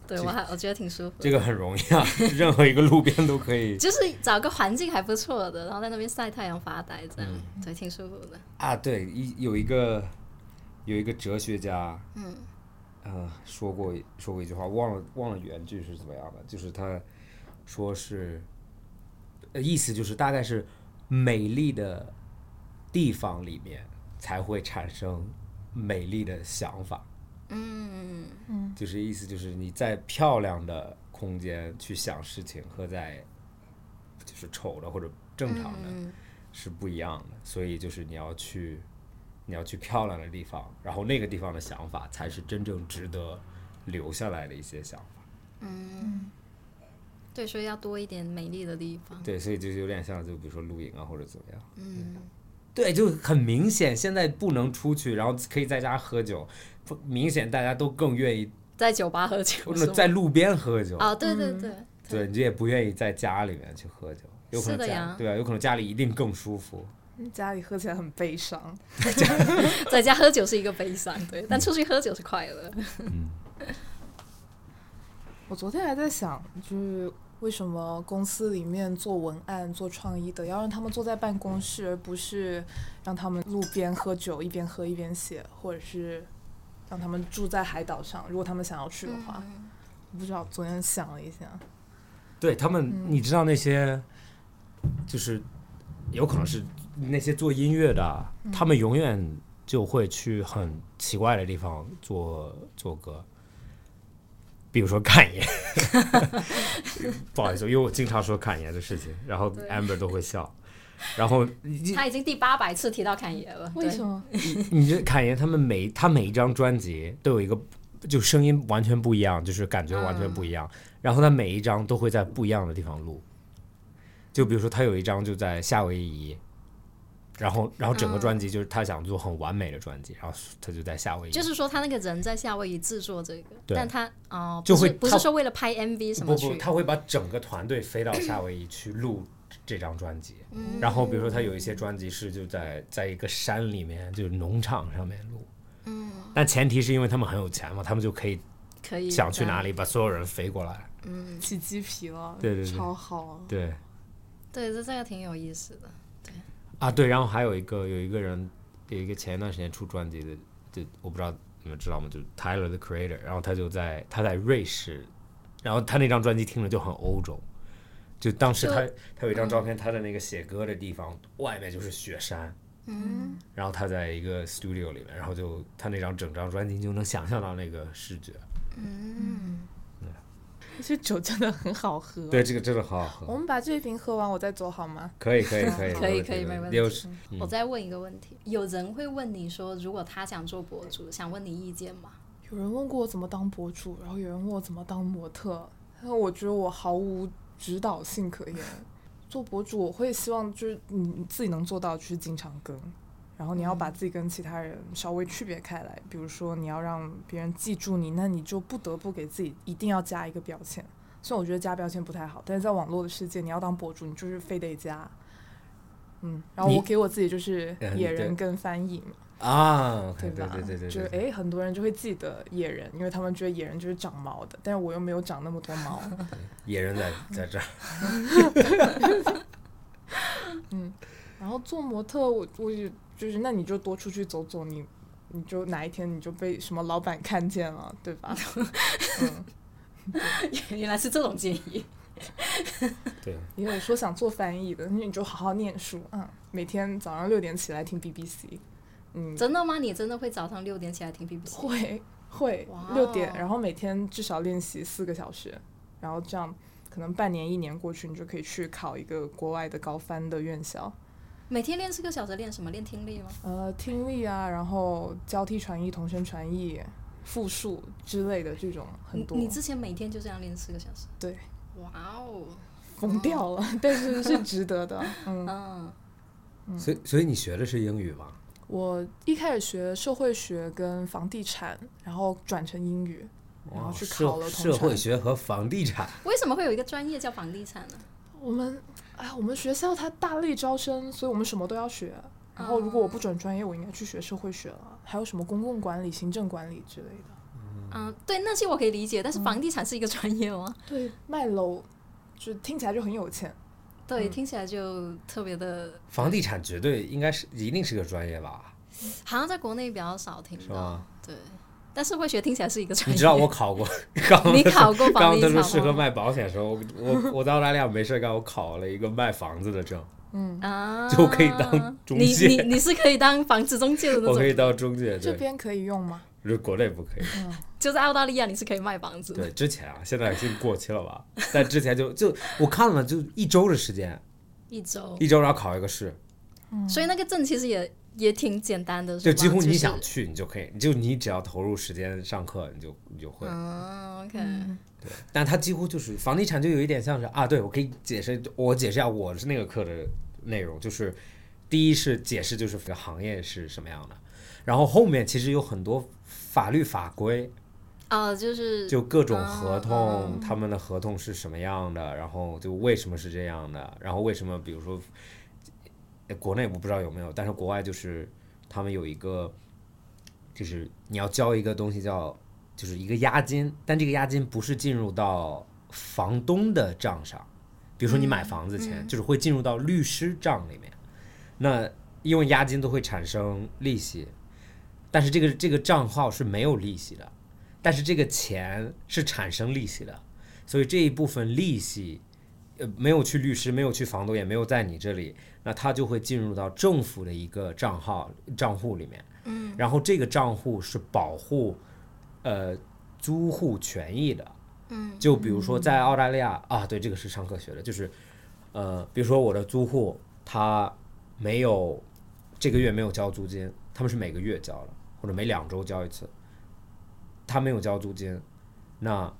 S4: 对我还我觉得挺舒服的，
S3: 这个很容易啊， <laughs> 任何一个路边都可以
S4: 就是找个环境还不错的，然后在那边晒太阳发呆，这样、
S3: 嗯
S4: 对，挺舒服的。
S3: 啊。对，一有一个有一个哲学家，嗯，呃，说过说过一句话，忘了忘了原句是怎么样的，就是他说是，呃，意思就是大概是美丽的地方里面才会产生美丽的想法。
S4: 嗯，
S3: 就是意思就是你在漂亮的空间去想事情和在就是丑的或者正常
S4: 嗯
S3: 的是不一样的，所以就是你要去你要去漂亮的地方，然后那个地方的想法才是真正值得留下来的一些想法。
S4: 对，所以要多一点美丽的地方。
S3: 对，所以就是有点像就比如说露营啊或者怎么样。嗯，对，就很明显，现在不能出去，然后可以在家喝酒，不明显大家都更愿意
S4: 在酒吧喝酒
S3: 或
S4: 是
S3: 者
S4: 吗？
S3: 在路边喝酒。
S4: 哦，对
S2: 嗯
S4: 对对，
S3: 对，你也不愿意在家里面去喝酒，有可
S4: 是
S3: 能
S4: 的
S3: 家
S4: 呀
S3: 对啊，有可能家里一定更舒服。
S2: 家里喝起来很悲伤。
S4: 在家喝酒是一个悲伤，对，但出去喝酒是快乐。
S3: 嗯
S2: 我昨天还在想，就是为什么公司里面做文案、做创意的要让他们坐在办公室，而不是让他们路边喝酒，一边喝一边写，或者是让他们住在海岛上，如果他们想要去的话。我不知道，昨天想了一下，
S3: 对他们，你知道那些，就是有可能是那些做音乐的啊，他们永远就会去很奇怪的地方做做歌，比如说侃爷。不好意思，因为我经常说侃爷的事情，然后 Amber 都会笑。然后你
S4: 他已经第八百次提到侃爷了，对
S2: 为什么？
S3: 你这侃爷他们每他每一张专辑都有一个，就声音完全不一样，就是感觉完全不一样。
S4: 嗯
S3: 然后他每一张都会在不一样的地方录，就比如说他有一张就在夏威夷，然后然后整个专辑就是他想做很完美的专辑，然后他就在夏威夷，
S4: 嗯就是说他那个人在夏威夷制作这个，
S3: 对
S4: 但他哦、
S3: 就
S4: 不是
S3: 会
S4: 不
S3: 他
S4: 是说为了拍 MV 什么
S3: 不
S4: 去
S3: 不，他会把整个团队飞到夏威夷去录这张专辑。
S4: 嗯
S3: 然后比如说他有一些专辑是就在在一个山里面，就是农场上面录。嗯，但前提是因为他们很有钱嘛，他们就可以
S4: 可以
S3: 想去
S4: 这样
S3: 哪里，把所有人飞过来。
S2: 起鸡皮了，
S3: 对对对
S2: 超好。 <laughs>
S3: 对
S4: 对，这这个挺有意思的。
S3: 啊，对，然后还有一个有一个人，有一个前一段时间出专辑的，就我不知道你们知道吗？就是 Tyler the Creator，然后他就在他在瑞士，然后他那张专辑听着就很欧洲，就当时他他有一张照片，他的那个写歌的地方外面就是雪山。嗯，然后他在一个 studio 里面，然后就他那张整张专辑就能想象到那个视觉。
S2: 这酒真的很好喝。
S3: 对，这个真的好好
S2: 我
S3: 喝，
S2: 们把这一瓶喝完，我再走好吗？
S3: 可以可以可以
S4: 可以可以没问题
S3: 有时
S4: 我再问一个问题，有人会问你说，如果他想做博主，想问你意见吗？ <laughs>
S2: 有人问过我怎么当博主，然后有人问我怎么当模特，但我觉得我毫无指导性可言。 <laughs> 做博主，我会希望就是你自己能做到，就是经常更，然后你要把自己跟其他人稍微区别开来。比如说，你要让别人记住你，那你就不得不给自己一定要加一个标签。虽然我觉得加标签不太好，但是在网络的世界，你要当博主，你就是非得加。嗯，然后
S3: 你
S2: 我给我自己就是
S3: 嗯
S2: 野
S3: 对
S2: 人跟翻译嘛。
S3: 啊，
S2: 对
S3: 对
S2: 吧？
S3: 对对对，
S2: 就是
S3: 对
S2: 诶，很多人就会记得野人，因为他们觉得野人就是长毛的，但是我又没有长那么多
S3: <laughs>
S2: 毛。
S3: 野人
S4: <laughs>
S3: 在在这儿。
S2: 然后做模特，我我也就是，那你就多出去走走，你你就哪一天你就被什么老板看见了，对
S3: <laughs>
S2: 吧？嗯，
S4: 原来是这种建议。
S3: 对，
S2: 也有说想做翻译的，那你就好好念书，嗯，每天早上六点起来听 BBC，嗯，
S4: <laughs> 真的吗？你真的会早上六点起来听 BBC？
S2: 会会
S4: 哇
S2: 六点
S4: 哦，
S2: 然后每天至少练习四个小时，然后这样可能半年一年过去，你就可以去考一个国外的高翻的院校，
S4: 每天练四个小时，练什么？练听力吗？
S2: 呃，听力啊，然后交替传译、同声传译，复述之类的这种很
S4: 你
S2: 多，
S4: 你之前每天就这样练四个小时？
S2: 对，
S4: 哇哦，
S2: 疯掉 <laughs> 了，但是是值得的。嗯，
S4: 嗯，
S3: 所以所以你学的是英语吗？
S2: 我一开始学社会学跟房地产，然后转成英语，然后去考
S3: 社
S2: 了
S3: 社
S2: 同
S3: 会
S2: 传。
S3: 学和房地产，
S4: 为什么会有一个专业叫房地产呢？
S2: 我们哎，我们学校它大力招生，所以我们什么都要学。然后如果我不转专业，我应该去学社会学了，还有什么公共管理、行政管理之类的。
S4: 嗯，对，那些我可以理解，
S3: 嗯
S4: 但是房地产是一个专业吗？
S2: 对，卖楼就听起来就很有钱。
S4: 对，
S3: 嗯
S4: 听起来就特别的，
S3: 房地产绝对应该是一定是个专业吧？
S4: 好像在国内比较少听
S3: 是
S4: 到
S3: 吗。？
S4: 对，但是会学听起来是一个专业。
S3: 你知道我考
S4: <laughs>
S3: 过，刚刚
S4: 你考过
S3: 刚
S4: 房
S3: 刚
S4: 地
S3: 他
S4: 产
S3: 说适合
S4: 吗？
S3: 卖保险的时候，我我我在澳大利亚没事干，我考了一个卖房子的证，
S2: 嗯，
S4: 啊，
S3: 就可以当中
S4: 你
S3: 介
S4: 你你是可以当房子中介的那
S3: 我可以
S4: 种，
S3: 当中介，
S2: 这
S3: 对，
S2: 边可以用吗？
S3: 就是国内不可以。
S4: 嗯就在澳大利亚你是可以卖房子的。
S3: 对，之前啊，现在已经过期了吧？但之前就就我看了，就一周的时间，
S4: 一周，
S3: 一周然后考一个试，
S4: 所以那个证其实也也挺简单的，
S3: 就是
S4: 吧
S3: 几乎你
S4: 是
S3: 想去你就可以，就你只要投入时间上课，你就你就会。
S4: 嗯，OK，
S3: 但它几乎就是房地产，就有一点像是啊，对我可以解释，我解释一下我是那个课的内容，就是第一是解释就是这个行业是什么样的，然后后面其实有很多法律法规，
S4: 哦，就是
S3: 就各种合同，他们的合同是什么样的，然后就为什么是这样的，然后为什么比如说，呃国内我不知道有没有，但是国外就是他们有一个，就是你要交一个东西叫就是一个押金，但这个押金不是进入到房东的账上，比如说你买房子钱，就是会进入到律师账里面，那因为押金都会产生利息。但是这个这个账号是没有利息的，但是这个钱是产生利息的，所以这一部分利息，呃，没有去律师，没有去房东，也没有在你这里，那它就会进入到政府的一个账号账户里面。嗯，然后这个账户是保护，呃，租户权益的。嗯，就比如说在澳大利亚啊，对，这个是上课学的，就是，呃，比如说我的租户他没有这个月没有交租金，他们是每个月交的，或者每两周交一次。他没有交租金，那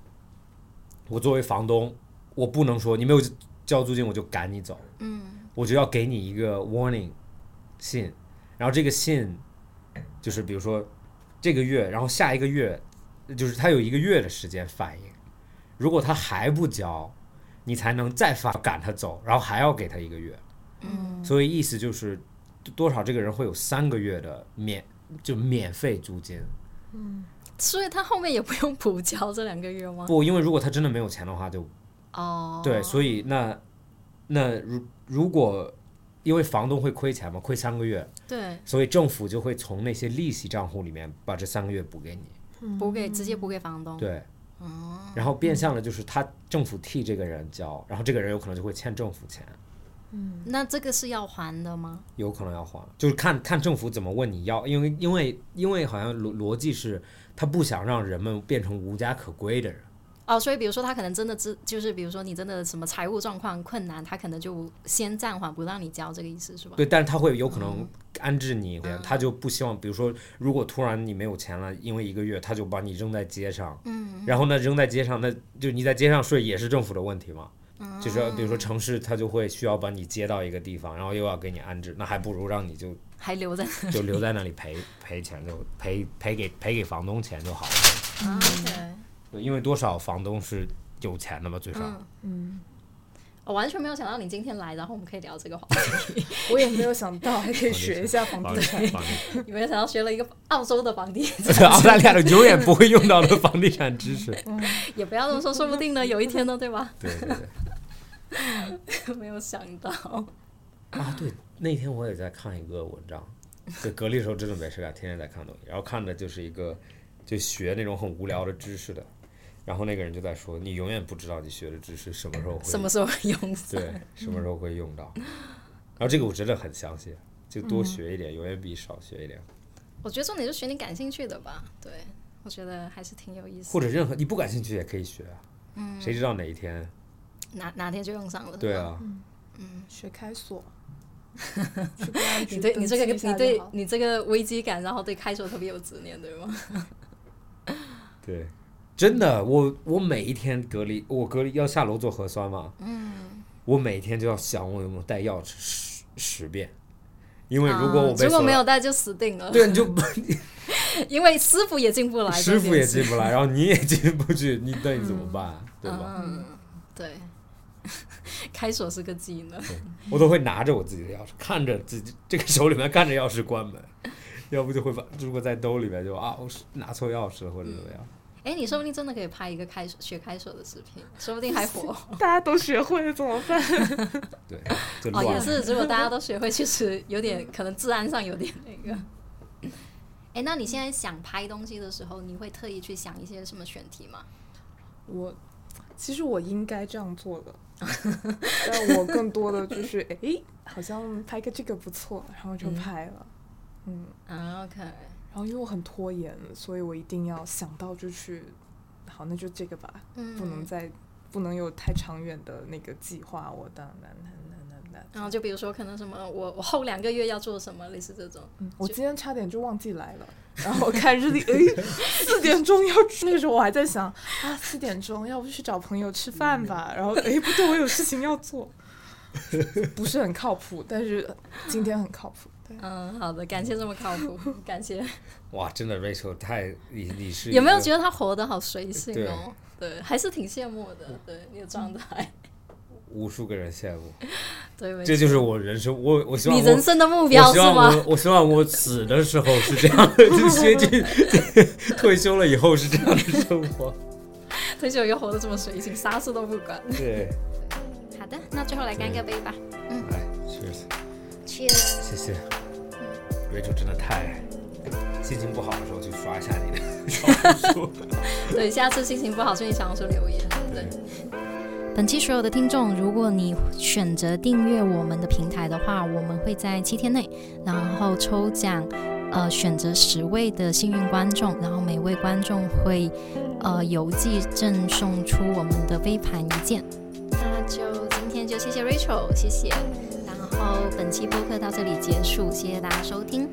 S3: 我作为房东，我不能说你没有交租金我就赶你走，嗯，我就要给你一个 warning 信，然后这个信就是比如说这个月，然后下一个月，就是他有一个月的时间反应，如果他还不交，你才能再发赶他走，然后还要给他一个月，嗯，所以意思就是多少这个人会有三个月的免就免费租金，
S4: 所以他后面也不用补交这两个月吗？
S3: 不，因为如果他真的没有钱的话就，
S4: 哦，
S3: 对，所以那那如如果因为房东会亏钱嘛，亏三个月，
S4: 对，
S3: 所以政府就会从那些利息账户里面把这三个月补给你，
S4: 补给直接补给房东。
S3: 对，然后变相的就是他政府替这个人交，然后这个人有可能就会欠政府钱，
S4: 那这个是要还的吗？
S3: 有可能要还，就是看看政府怎么问你要，因为因为因为好像逻逻辑是他不想让人们变成无家可归的人，
S4: 哦，所以比如说他可能真的知，就是比如说你真的什么财务状况困难，他可能就先暂缓不让你交，这个意思是吧？
S3: 对，但是他会有可能安置你，他就不希望，比如说，如果突然你没有钱了，因为一个月，他就把你扔在街上，嗯，然后呢，扔在街上，那就你在街上睡也是政府的问题嘛，就是说比如说城市，他就会需要把你接到一个地方，然后又要给你安置，那还不如让你就 <laughs>
S4: 还留在
S3: 就留在那里赔赔钱，就赔赔给赔给房东钱就好了，
S4: 那。OK，啊
S3: 对因为多少房东是有钱的嘛，最少。
S4: 我哦完全没有想到你今天来，然后我们可以聊这个话题。
S2: <laughs>
S4: <laughs>
S2: 我也没有想到还可以学一下房
S3: 房
S2: 地
S3: 地
S2: 产。
S3: 产， <laughs> 房
S4: 你没有想到学了一个澳洲的房地
S3: 地
S4: 产， <laughs>
S3: 产澳大利亚人永远不会用到的房地产知识。 <laughs>
S4: 也不要这么说，说不定呢，有一天呢，对吧？ <laughs>
S3: 对对对。
S4: 没有想到，
S3: 啊，对，那天我也在看一个文章，就隔离的时候真的没事干，天天在看东西，然后看的就是一个就学那种很无聊的知识的，然后那个人就在说，你永远不知道你学的知识 <laughs> 什么时候会
S4: 什么时候会用上？
S3: 对什么时候会用到，然后这个我真的很相信，就
S4: 嗯
S3: 多学一点，永远比少学一点，
S4: 我觉得重点就学你感兴趣的吧。对，我觉得还是挺有意思
S3: 或。者任何你不感兴趣也可以学啊，
S4: 嗯
S3: 谁知道哪一天？
S4: 哪哪天就用上了？
S3: 对啊，
S2: 学开 <laughs> 锁，去公安局
S4: 你对你这个
S2: 登记一下
S4: 你
S2: 就
S4: 对
S2: 好
S4: 你这个危机感，然后对开锁特别有执念，对吗？
S3: 对，真的，我我每一天隔离，我隔离要下楼做核酸嘛，嗯，我每天就要想我有没有带钥匙十十遍，因为如果我
S4: 啊
S3: 被、
S4: 如果没有，带就死定了，
S3: 对，你就
S4: <laughs> 因为师傅也进不来，
S3: 师傅也进不来，然后你也进不去，你那你怎么办，对吧？
S4: 嗯，对， <laughs> 开锁是个技能，
S3: 我都会拿着我自己的钥匙，看着自己这个手里面看着钥匙关门，要不就会把如果在兜里面就啊，我是拿错钥匙了或者怎么样。
S4: 哎，你说不定真的可以拍一个开学开锁的视频，说不定还火
S2: 大家都学会了怎么办？
S3: 对，就
S4: 哦。
S3: 乱
S4: 也
S3: 了。
S4: 是，如果大家都学会，其实有点 <laughs> 可能治安上有点那个。哎，那你现在想拍东西的时候，你会特意去想一些什么选题吗？
S2: 我其实我应该这样做的，但我更多的就是诶，好像拍个这个不错，然后就拍了。嗯，
S4: 啊，OK，
S2: 然后因为我很拖延，所以我一定要想到就去，好，那就这个吧，
S4: 嗯，
S2: 不能再不能有太长远的那个计划。我当然，当然，
S4: 然后就比如说，可能什么我我后两个月要做什么，类似这种。
S2: 嗯，我今天差点就忘记来 <laughs> 了。然后我看日历，诶，四点钟要去那个时候我还在想啊，四点钟要不去找朋友吃饭吧？然后诶，不对，嗯我有事情要做， <laughs> 不是很靠谱，但是今天很靠谱。对，
S4: 嗯，好的，感谢这么靠谱， <laughs> 感谢。
S3: 哇，真的 Rachel 太你你是
S4: 有没有
S3: 一个
S4: 觉得他活得好随性哦？对，还是挺羡慕的，对你的状态，
S3: 无数个人羡慕？
S4: <laughs> 对，没
S3: 这就
S4: 错
S3: 是我人生，我我希望
S4: 你
S3: 我
S4: 人生的目标
S3: 我
S4: 是
S3: 希望
S4: 吗？ <laughs>
S3: 我我希望我死的时候是这样的，就先去退休了以后是这样的生活。
S4: 退休又活得这么随性，啥事都不管。
S3: <laughs> 对，
S4: 好的，那最后来干个杯吧。
S3: 哎，cheers，
S1: Cheers。
S3: 谢谢嗯 Rachel，真的太心情不好的时候去刷一下你的。
S4: 对，下次心情不好，去你小红书留言。对。本期所有的听众，如果你选择订阅我们的平台的话，我们会在七天内，然后抽奖，呃，选择十位的幸运观众，然后每位观众会呃邮寄赠送出我们的杯盘一件。那就今天就谢谢 Rachel，谢谢。然后本期播客到这里结束，谢谢大家收听，